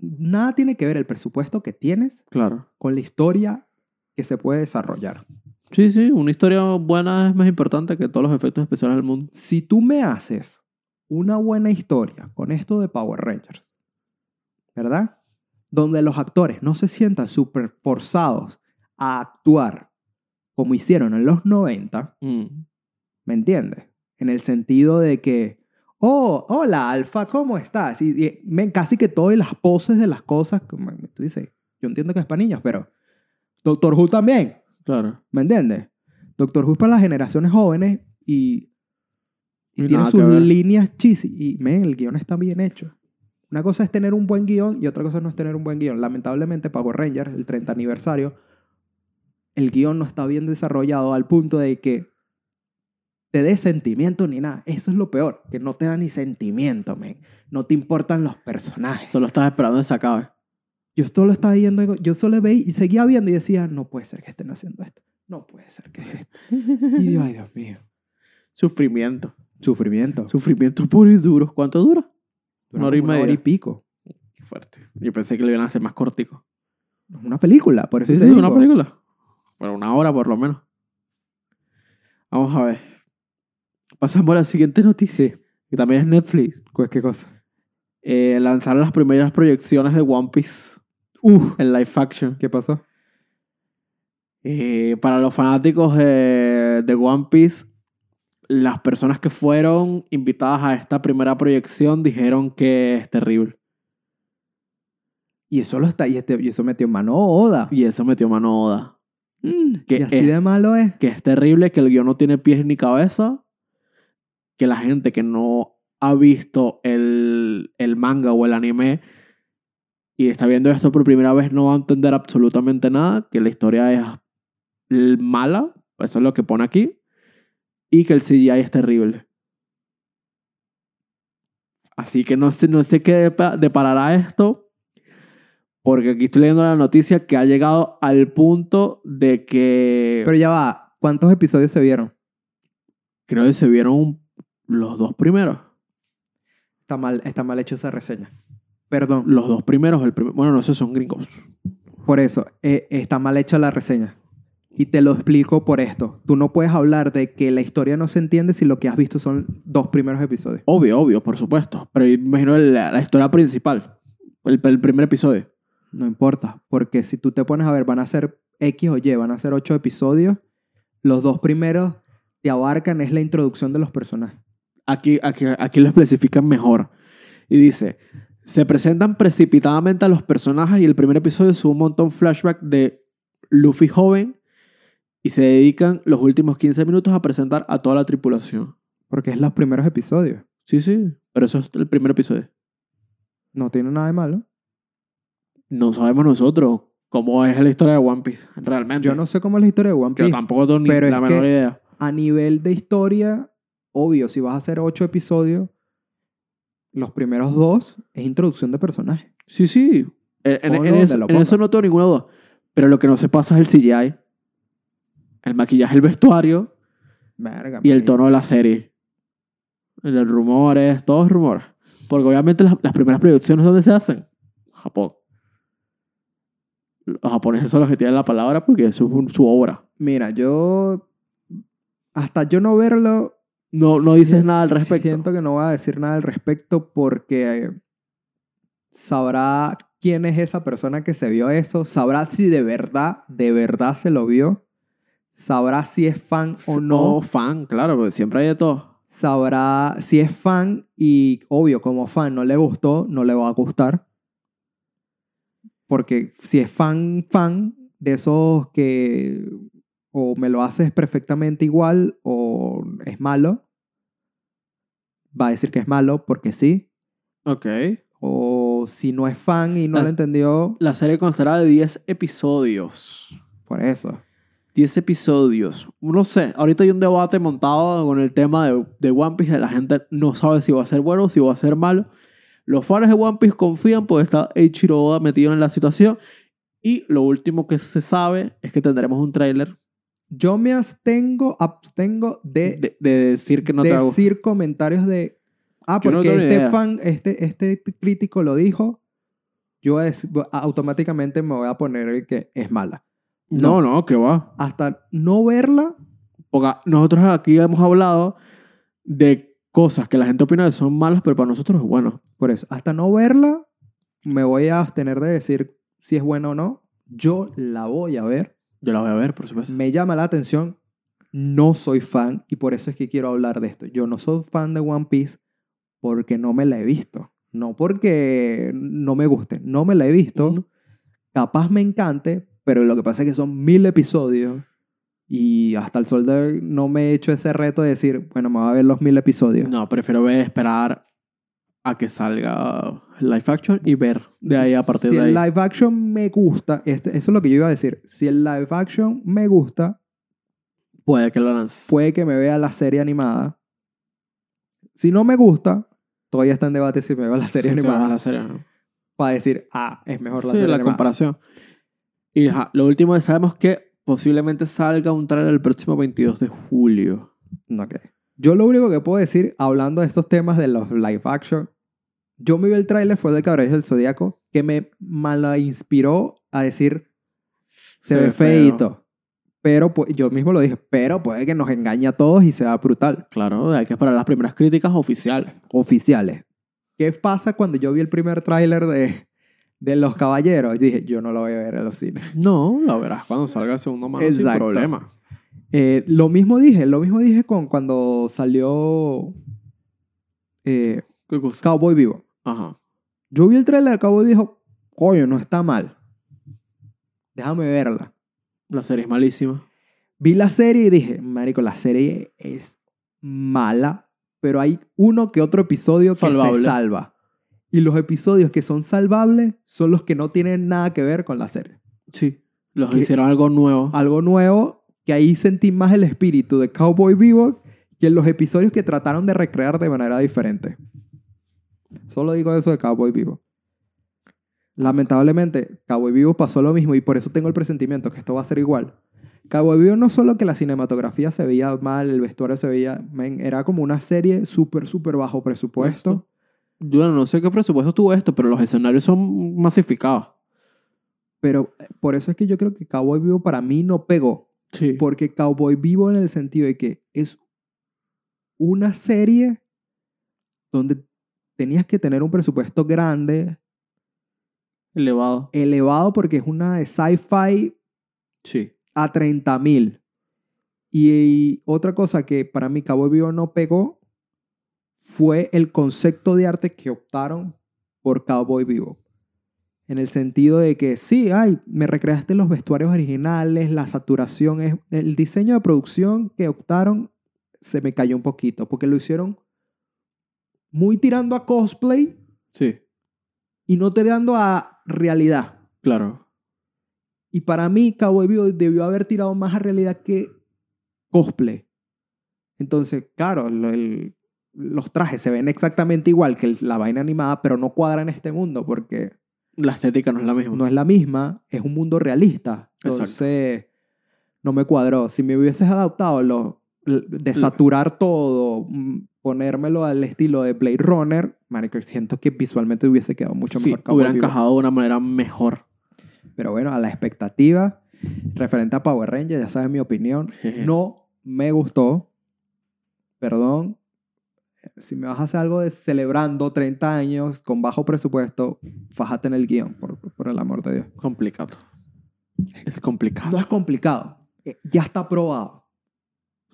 Speaker 1: nada tiene que ver el presupuesto que tienes
Speaker 2: Claro.
Speaker 1: con la historia que se puede desarrollar.
Speaker 2: Sí, sí, una historia buena es más importante que todos los efectos especiales del mundo.
Speaker 1: Si tú me haces una buena historia con esto de Power Rangers, ¿verdad? Donde los actores no se sientan súper forzados a actuar como hicieron en los 90, ¿me entiendes? En el sentido de que, oh, hola Alfa, ¿cómo estás? Y, y men, casi que todas las poses de las cosas, como tú dices, yo entiendo que es para niños, pero Doctor Who también.
Speaker 2: Claro.
Speaker 1: ¿Me entiendes? Doctor Who es para las generaciones jóvenes y, y
Speaker 2: Y
Speaker 1: tiene
Speaker 2: nada
Speaker 1: sus
Speaker 2: que ver.
Speaker 1: líneas chis. Y, men, el guión está bien hecho. Una cosa es tener un buen guión y otra cosa no es tener un buen guión. Lamentablemente, Power Rangers, el 30 aniversario, el guión no está bien desarrollado al punto de que te dé sentimiento ni nada. Eso es lo peor, que no te da ni sentimiento, men. No te importan los personajes.
Speaker 2: Solo estás esperando que se acabe.
Speaker 1: Yo solo estaba viendo, algo- yo solo veía y seguía viendo y decía, no puede ser que estén haciendo esto. No puede ser que es esto. Y yo, ay, Dios mío.
Speaker 2: Sufrimiento.
Speaker 1: Sufrimiento.
Speaker 2: Sufrimiento puro y duro. ¿Cuánto dura?
Speaker 1: Dura
Speaker 2: una hora y
Speaker 1: como una
Speaker 2: media.
Speaker 1: hora y pico.
Speaker 2: Qué fuerte. Yo pensé que le iban a hacer más cortico.
Speaker 1: Una película, por eso
Speaker 2: Sí,
Speaker 1: te
Speaker 2: sí, una
Speaker 1: digo.
Speaker 2: película. Bueno, una hora por lo menos. Vamos a ver. Pasamos a la siguiente noticia, que también es Netflix.
Speaker 1: Pues, ¿Qué cosa?
Speaker 2: Eh, lanzaron las primeras proyecciones de One Piece
Speaker 1: Uf,
Speaker 2: en live action.
Speaker 1: ¿qué pasó?
Speaker 2: Eh, para los fanáticos eh, de One Piece, las personas que fueron invitadas a esta primera proyección dijeron que es terrible.
Speaker 1: Y eso lo está, y, este- y eso metió mano Oda.
Speaker 2: Y eso metió mano Oda.
Speaker 1: Que
Speaker 2: que
Speaker 1: así
Speaker 2: es-
Speaker 1: de malo es.
Speaker 2: que es terrible, que el guión no tiene pies ni cabeza, que la gente que no ha visto el, el manga o el anime y está viendo esto por primera vez no va a entender absolutamente nada, que la historia es l- mala, eso es lo que pone aquí, y que el CGI es terrible. Así que no sé, no sé qué depa- deparará esto, porque aquí estoy leyendo la noticia que ha llegado al punto de que...
Speaker 1: Pero ya va, ¿cuántos episodios se vieron?
Speaker 2: Creo que se vieron los dos primeros.
Speaker 1: Está mal, está mal hecha esa reseña. Perdón,
Speaker 2: Los dos primeros, el primer- bueno, no, esos son gringos.
Speaker 1: por eso, eh, está mal hecha la reseña. Y te lo explico por esto. Tú no puedes hablar de que la historia no se entiende si lo que has visto son dos primeros episodios.
Speaker 2: Obvio, obvio, por supuesto. Pero yo imagino la, la historia principal, el, el primer episodio.
Speaker 1: No importa, porque si tú te pones a ver, van a ser X o Y, van a ser ocho episodios. Los dos primeros te abarcan es la introducción de los personajes.
Speaker 2: Aquí, aquí, aquí lo especifican mejor. Y dice, se presentan precipitadamente a los personajes y el primer episodio sube un montón flashback de Luffy joven y se dedican los últimos 15 minutos a presentar a toda la tripulación.
Speaker 1: Porque es los primeros episodios.
Speaker 2: Sí, sí, pero eso es el primer episodio.
Speaker 1: No tiene nada de malo.
Speaker 2: no sabemos nosotros cómo es la historia de One Piece, realmente.
Speaker 1: Yo no sé cómo es la historia de One
Speaker 2: Yo
Speaker 1: Piece.
Speaker 2: tampoco tengo ni
Speaker 1: pero
Speaker 2: la
Speaker 1: es
Speaker 2: menor
Speaker 1: que-
Speaker 2: idea.
Speaker 1: a nivel de historia, obvio, si vas a hacer ocho episodios, los primeros dos es introducción de personajes.
Speaker 2: Sí, sí. En, en- en
Speaker 1: Ponlo donde
Speaker 2: eso,
Speaker 1: lo
Speaker 2: en eso
Speaker 1: ponga.
Speaker 2: no tengo ninguna duda. Pero lo que no se pasa es el CGI, el maquillaje, el vestuario
Speaker 1: Verga,
Speaker 2: y el
Speaker 1: marico.
Speaker 2: tono de la serie. Los rumores, todos rumores. Porque obviamente las, las primeras producciones, ¿dónde se hacen? Japón. Los japoneses son los que tienen la palabra porque eso es un- su obra.
Speaker 1: Mira, yo. Hasta yo no verlo.
Speaker 2: No, no dices
Speaker 1: si-
Speaker 2: nada al respecto.
Speaker 1: Siento que no voy a decir nada al respecto porque eh, sabrá quién es esa persona que se vio eso. Sabrá si de verdad, de verdad se lo vio. Sabrá si es fan o
Speaker 2: No, fan, claro, porque siempre hay de todo.
Speaker 1: sabrá si es fan y obvio, como fan no le gustó, no le va a gustar. Porque si es fan, fan de esos que o me lo haces perfectamente igual o es malo, va a decir que es malo porque sí.
Speaker 2: Ok.
Speaker 1: O si no es fan y no
Speaker 2: Las-
Speaker 1: lo entendió,
Speaker 2: La serie constará de 10 episodios.
Speaker 1: por eso.
Speaker 2: 10 episodios. No sé, ahorita hay un debate montado con el tema de, de One Piece. La gente no sabe si va a ser bueno o si va a ser malo. Los fans de One Piece confían porque está Eiichiro Oda metido en la situación. Y lo último que se sabe es que tendremos un tráiler
Speaker 1: Yo me abstengo, abstengo de,
Speaker 2: de, de decir que no te va a gustar.
Speaker 1: decir comentarios de ah
Speaker 2: Yo no
Speaker 1: porque
Speaker 2: tengo ni idea.
Speaker 1: este fan este este crítico lo dijo yo voy a decir- voy- automáticamente me voy a poner el que es mala
Speaker 2: No, no, que va.
Speaker 1: hasta no verla
Speaker 2: Porque nosotros aquí hemos hablado de cosas que la gente opina que son malas, pero para nosotros es bueno.
Speaker 1: por eso hasta no verla me voy a abstener de decir si es buena o no yo la voy a ver
Speaker 2: Yo la voy a ver, por supuesto.
Speaker 1: me llama la atención no soy fan y por eso es que quiero hablar de esto yo no soy fan de One Piece porque no me la he visto no porque no me guste no me la he visto
Speaker 2: Ujú.
Speaker 1: capaz me encante, pero lo que pasa es que son mil episodios y hasta el sol de hoy no me he hecho ese reto de decir, bueno, me voy a ver los mil episodios.
Speaker 2: No, prefiero ver, esperar a que salga live action y ver de ahí a partir
Speaker 1: si
Speaker 2: de ahí.
Speaker 1: el live action me gusta, este- eso es lo que yo iba a decir, si el live action me gusta,
Speaker 2: Puede que lo lance.
Speaker 1: puede que me vea la serie animada. Si no me gusta, todavía está en debate si me veo la serie
Speaker 2: Sí, claro,
Speaker 1: animada
Speaker 2: la serie, ¿no?
Speaker 1: para decir, ah, es mejor la
Speaker 2: Sí,
Speaker 1: serie
Speaker 2: la
Speaker 1: animada.
Speaker 2: comparación. Y ajá, lo último que sabemos es que posiblemente salga un trailer el próximo 22 de julio.
Speaker 1: Ok. Yo lo único que puedo decir, hablando de estos temas de los live action, yo me vi el tráiler fue de Caballeros del Zodíaco que me mala inspiró a decir se, ve feito. pero pu- yo mismo lo dije, pero puede que nos engañe a todos y sea brutal.
Speaker 2: Claro, hay que esperar las primeras críticas oficiales.
Speaker 1: Oficiales. ¿Qué pasa cuando yo vi el primer tráiler de, de Los Caballeros? Dije, yo no lo voy a ver en los cines.
Speaker 2: No, la verás cuando salga el segundo mano
Speaker 1: Exacto.
Speaker 2: sin problema.
Speaker 1: Eh, lo mismo dije, lo mismo dije con cuando salió eh,
Speaker 2: ¿Qué cosa?
Speaker 1: Cowboy Vivo.
Speaker 2: Ajá.
Speaker 1: Yo vi el trailer de Cowboy Vivo, coño, no está mal. Déjame verla.
Speaker 2: La serie es malísima.
Speaker 1: Vi la serie y dije, marico, la serie es mala, pero hay uno que otro episodio que se
Speaker 2: Salvable.
Speaker 1: salva. Y los episodios que son salvables son los que no tienen nada que ver con la serie.
Speaker 2: Sí. Los
Speaker 1: ¿Qué? Ah.
Speaker 2: hicieron algo nuevo.
Speaker 1: Algo nuevo que ahí sentí más el espíritu de Cowboy Bebop que en los episodios que trataron de recrear de manera diferente. Solo digo eso de Cowboy Bebop. Lamentablemente, Cowboy Bebop pasó lo mismo y por eso tengo el presentimiento que esto va a ser igual. Cowboy Bebop no solo que la cinematografía se veía mal, el vestuario se veía... men, era como una serie súper, súper bajo presupuesto.
Speaker 2: Yo no sé qué presupuesto tuvo esto, pero los escenarios son masificados.
Speaker 1: Pero eh, por eso es que yo creo que Cowboy Bebop para mí no pegó.
Speaker 2: Sí.
Speaker 1: Porque Cowboy Vivo en el sentido de que es una serie donde tenías que tener un presupuesto grande,
Speaker 2: Elevado.
Speaker 1: elevado, porque es una de sci-fi
Speaker 2: Sí.
Speaker 1: a 30 mil. Y, otra cosa que para mí Cowboy Vivo no pegó fue el concepto de arte que optaron por Cowboy Vivo. En el sentido de que sí, ay, me recreaste los vestuarios originales, la saturación, es, el diseño de producción que optaron se me cayó un poquito, porque lo hicieron muy tirando a cosplay
Speaker 2: Sí.
Speaker 1: y no tirando a realidad.
Speaker 2: Claro.
Speaker 1: Y para mí, Cowboy Vivo debió haber tirado más a realidad que cosplay. Entonces, claro, lo- el- los trajes se ven exactamente igual que el- la vaina animada, pero no cuadran este mundo porque
Speaker 2: La estética no es la misma.
Speaker 1: no es la misma, es un mundo realista.
Speaker 2: Exacto.
Speaker 1: Entonces, no me cuadró. Si me hubieses adaptado lo, l- de saturar todo, mm, ponérmelo al estilo de Blade Runner, marico, siento que visualmente hubiese quedado mucho
Speaker 2: Sí,
Speaker 1: mejor Cowboy
Speaker 2: hubiera
Speaker 1: Vivo.
Speaker 2: encajado de una manera mejor.
Speaker 1: Pero bueno, a la expectativa, referente a Power Rangers, ya sabes mi opinión. No me gustó. Perdón. Si me vas a hacer algo de celebrando 30 años con bajo presupuesto, fájate en el guión, por, por el amor de Dios.
Speaker 2: Complicado. Es complicado.
Speaker 1: No es complicado. Eh, Ya está aprobado.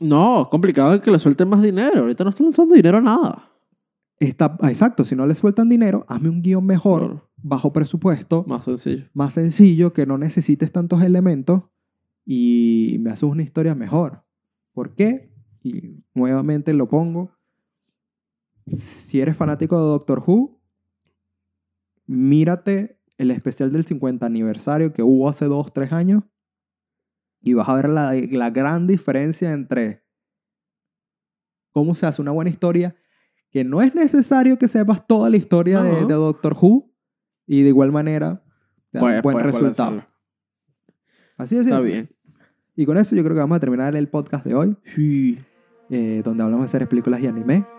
Speaker 2: No, es complicado que le suelten más dinero. Ahorita no están lanzando dinero a nada.
Speaker 1: Está, ah, exacto, si no le sueltan dinero, hazme un guión mejor,
Speaker 2: Claro.
Speaker 1: bajo presupuesto,
Speaker 2: Más sencillo.
Speaker 1: más sencillo, que no necesites tantos elementos y me haces una historia mejor. ¿Por qué? Y nuevamente lo pongo. Si eres fanático de Doctor Who, mírate el especial del 50 aniversario que hubo hace 2, 3 años y vas a ver la, la gran diferencia entre cómo se hace una buena historia, que no es necesario que sepas toda la historia de,
Speaker 2: Ajá.
Speaker 1: de Doctor Who y de igual manera te da un
Speaker 2: Pues,
Speaker 1: buen
Speaker 2: pues, pues,
Speaker 1: resultado.
Speaker 2: lanzarlo.
Speaker 1: Así es.
Speaker 2: Está bien.
Speaker 1: Y con eso yo creo que vamos a terminar el podcast de hoy,
Speaker 2: Sí.
Speaker 1: eh, donde hablamos de series, películas y anime.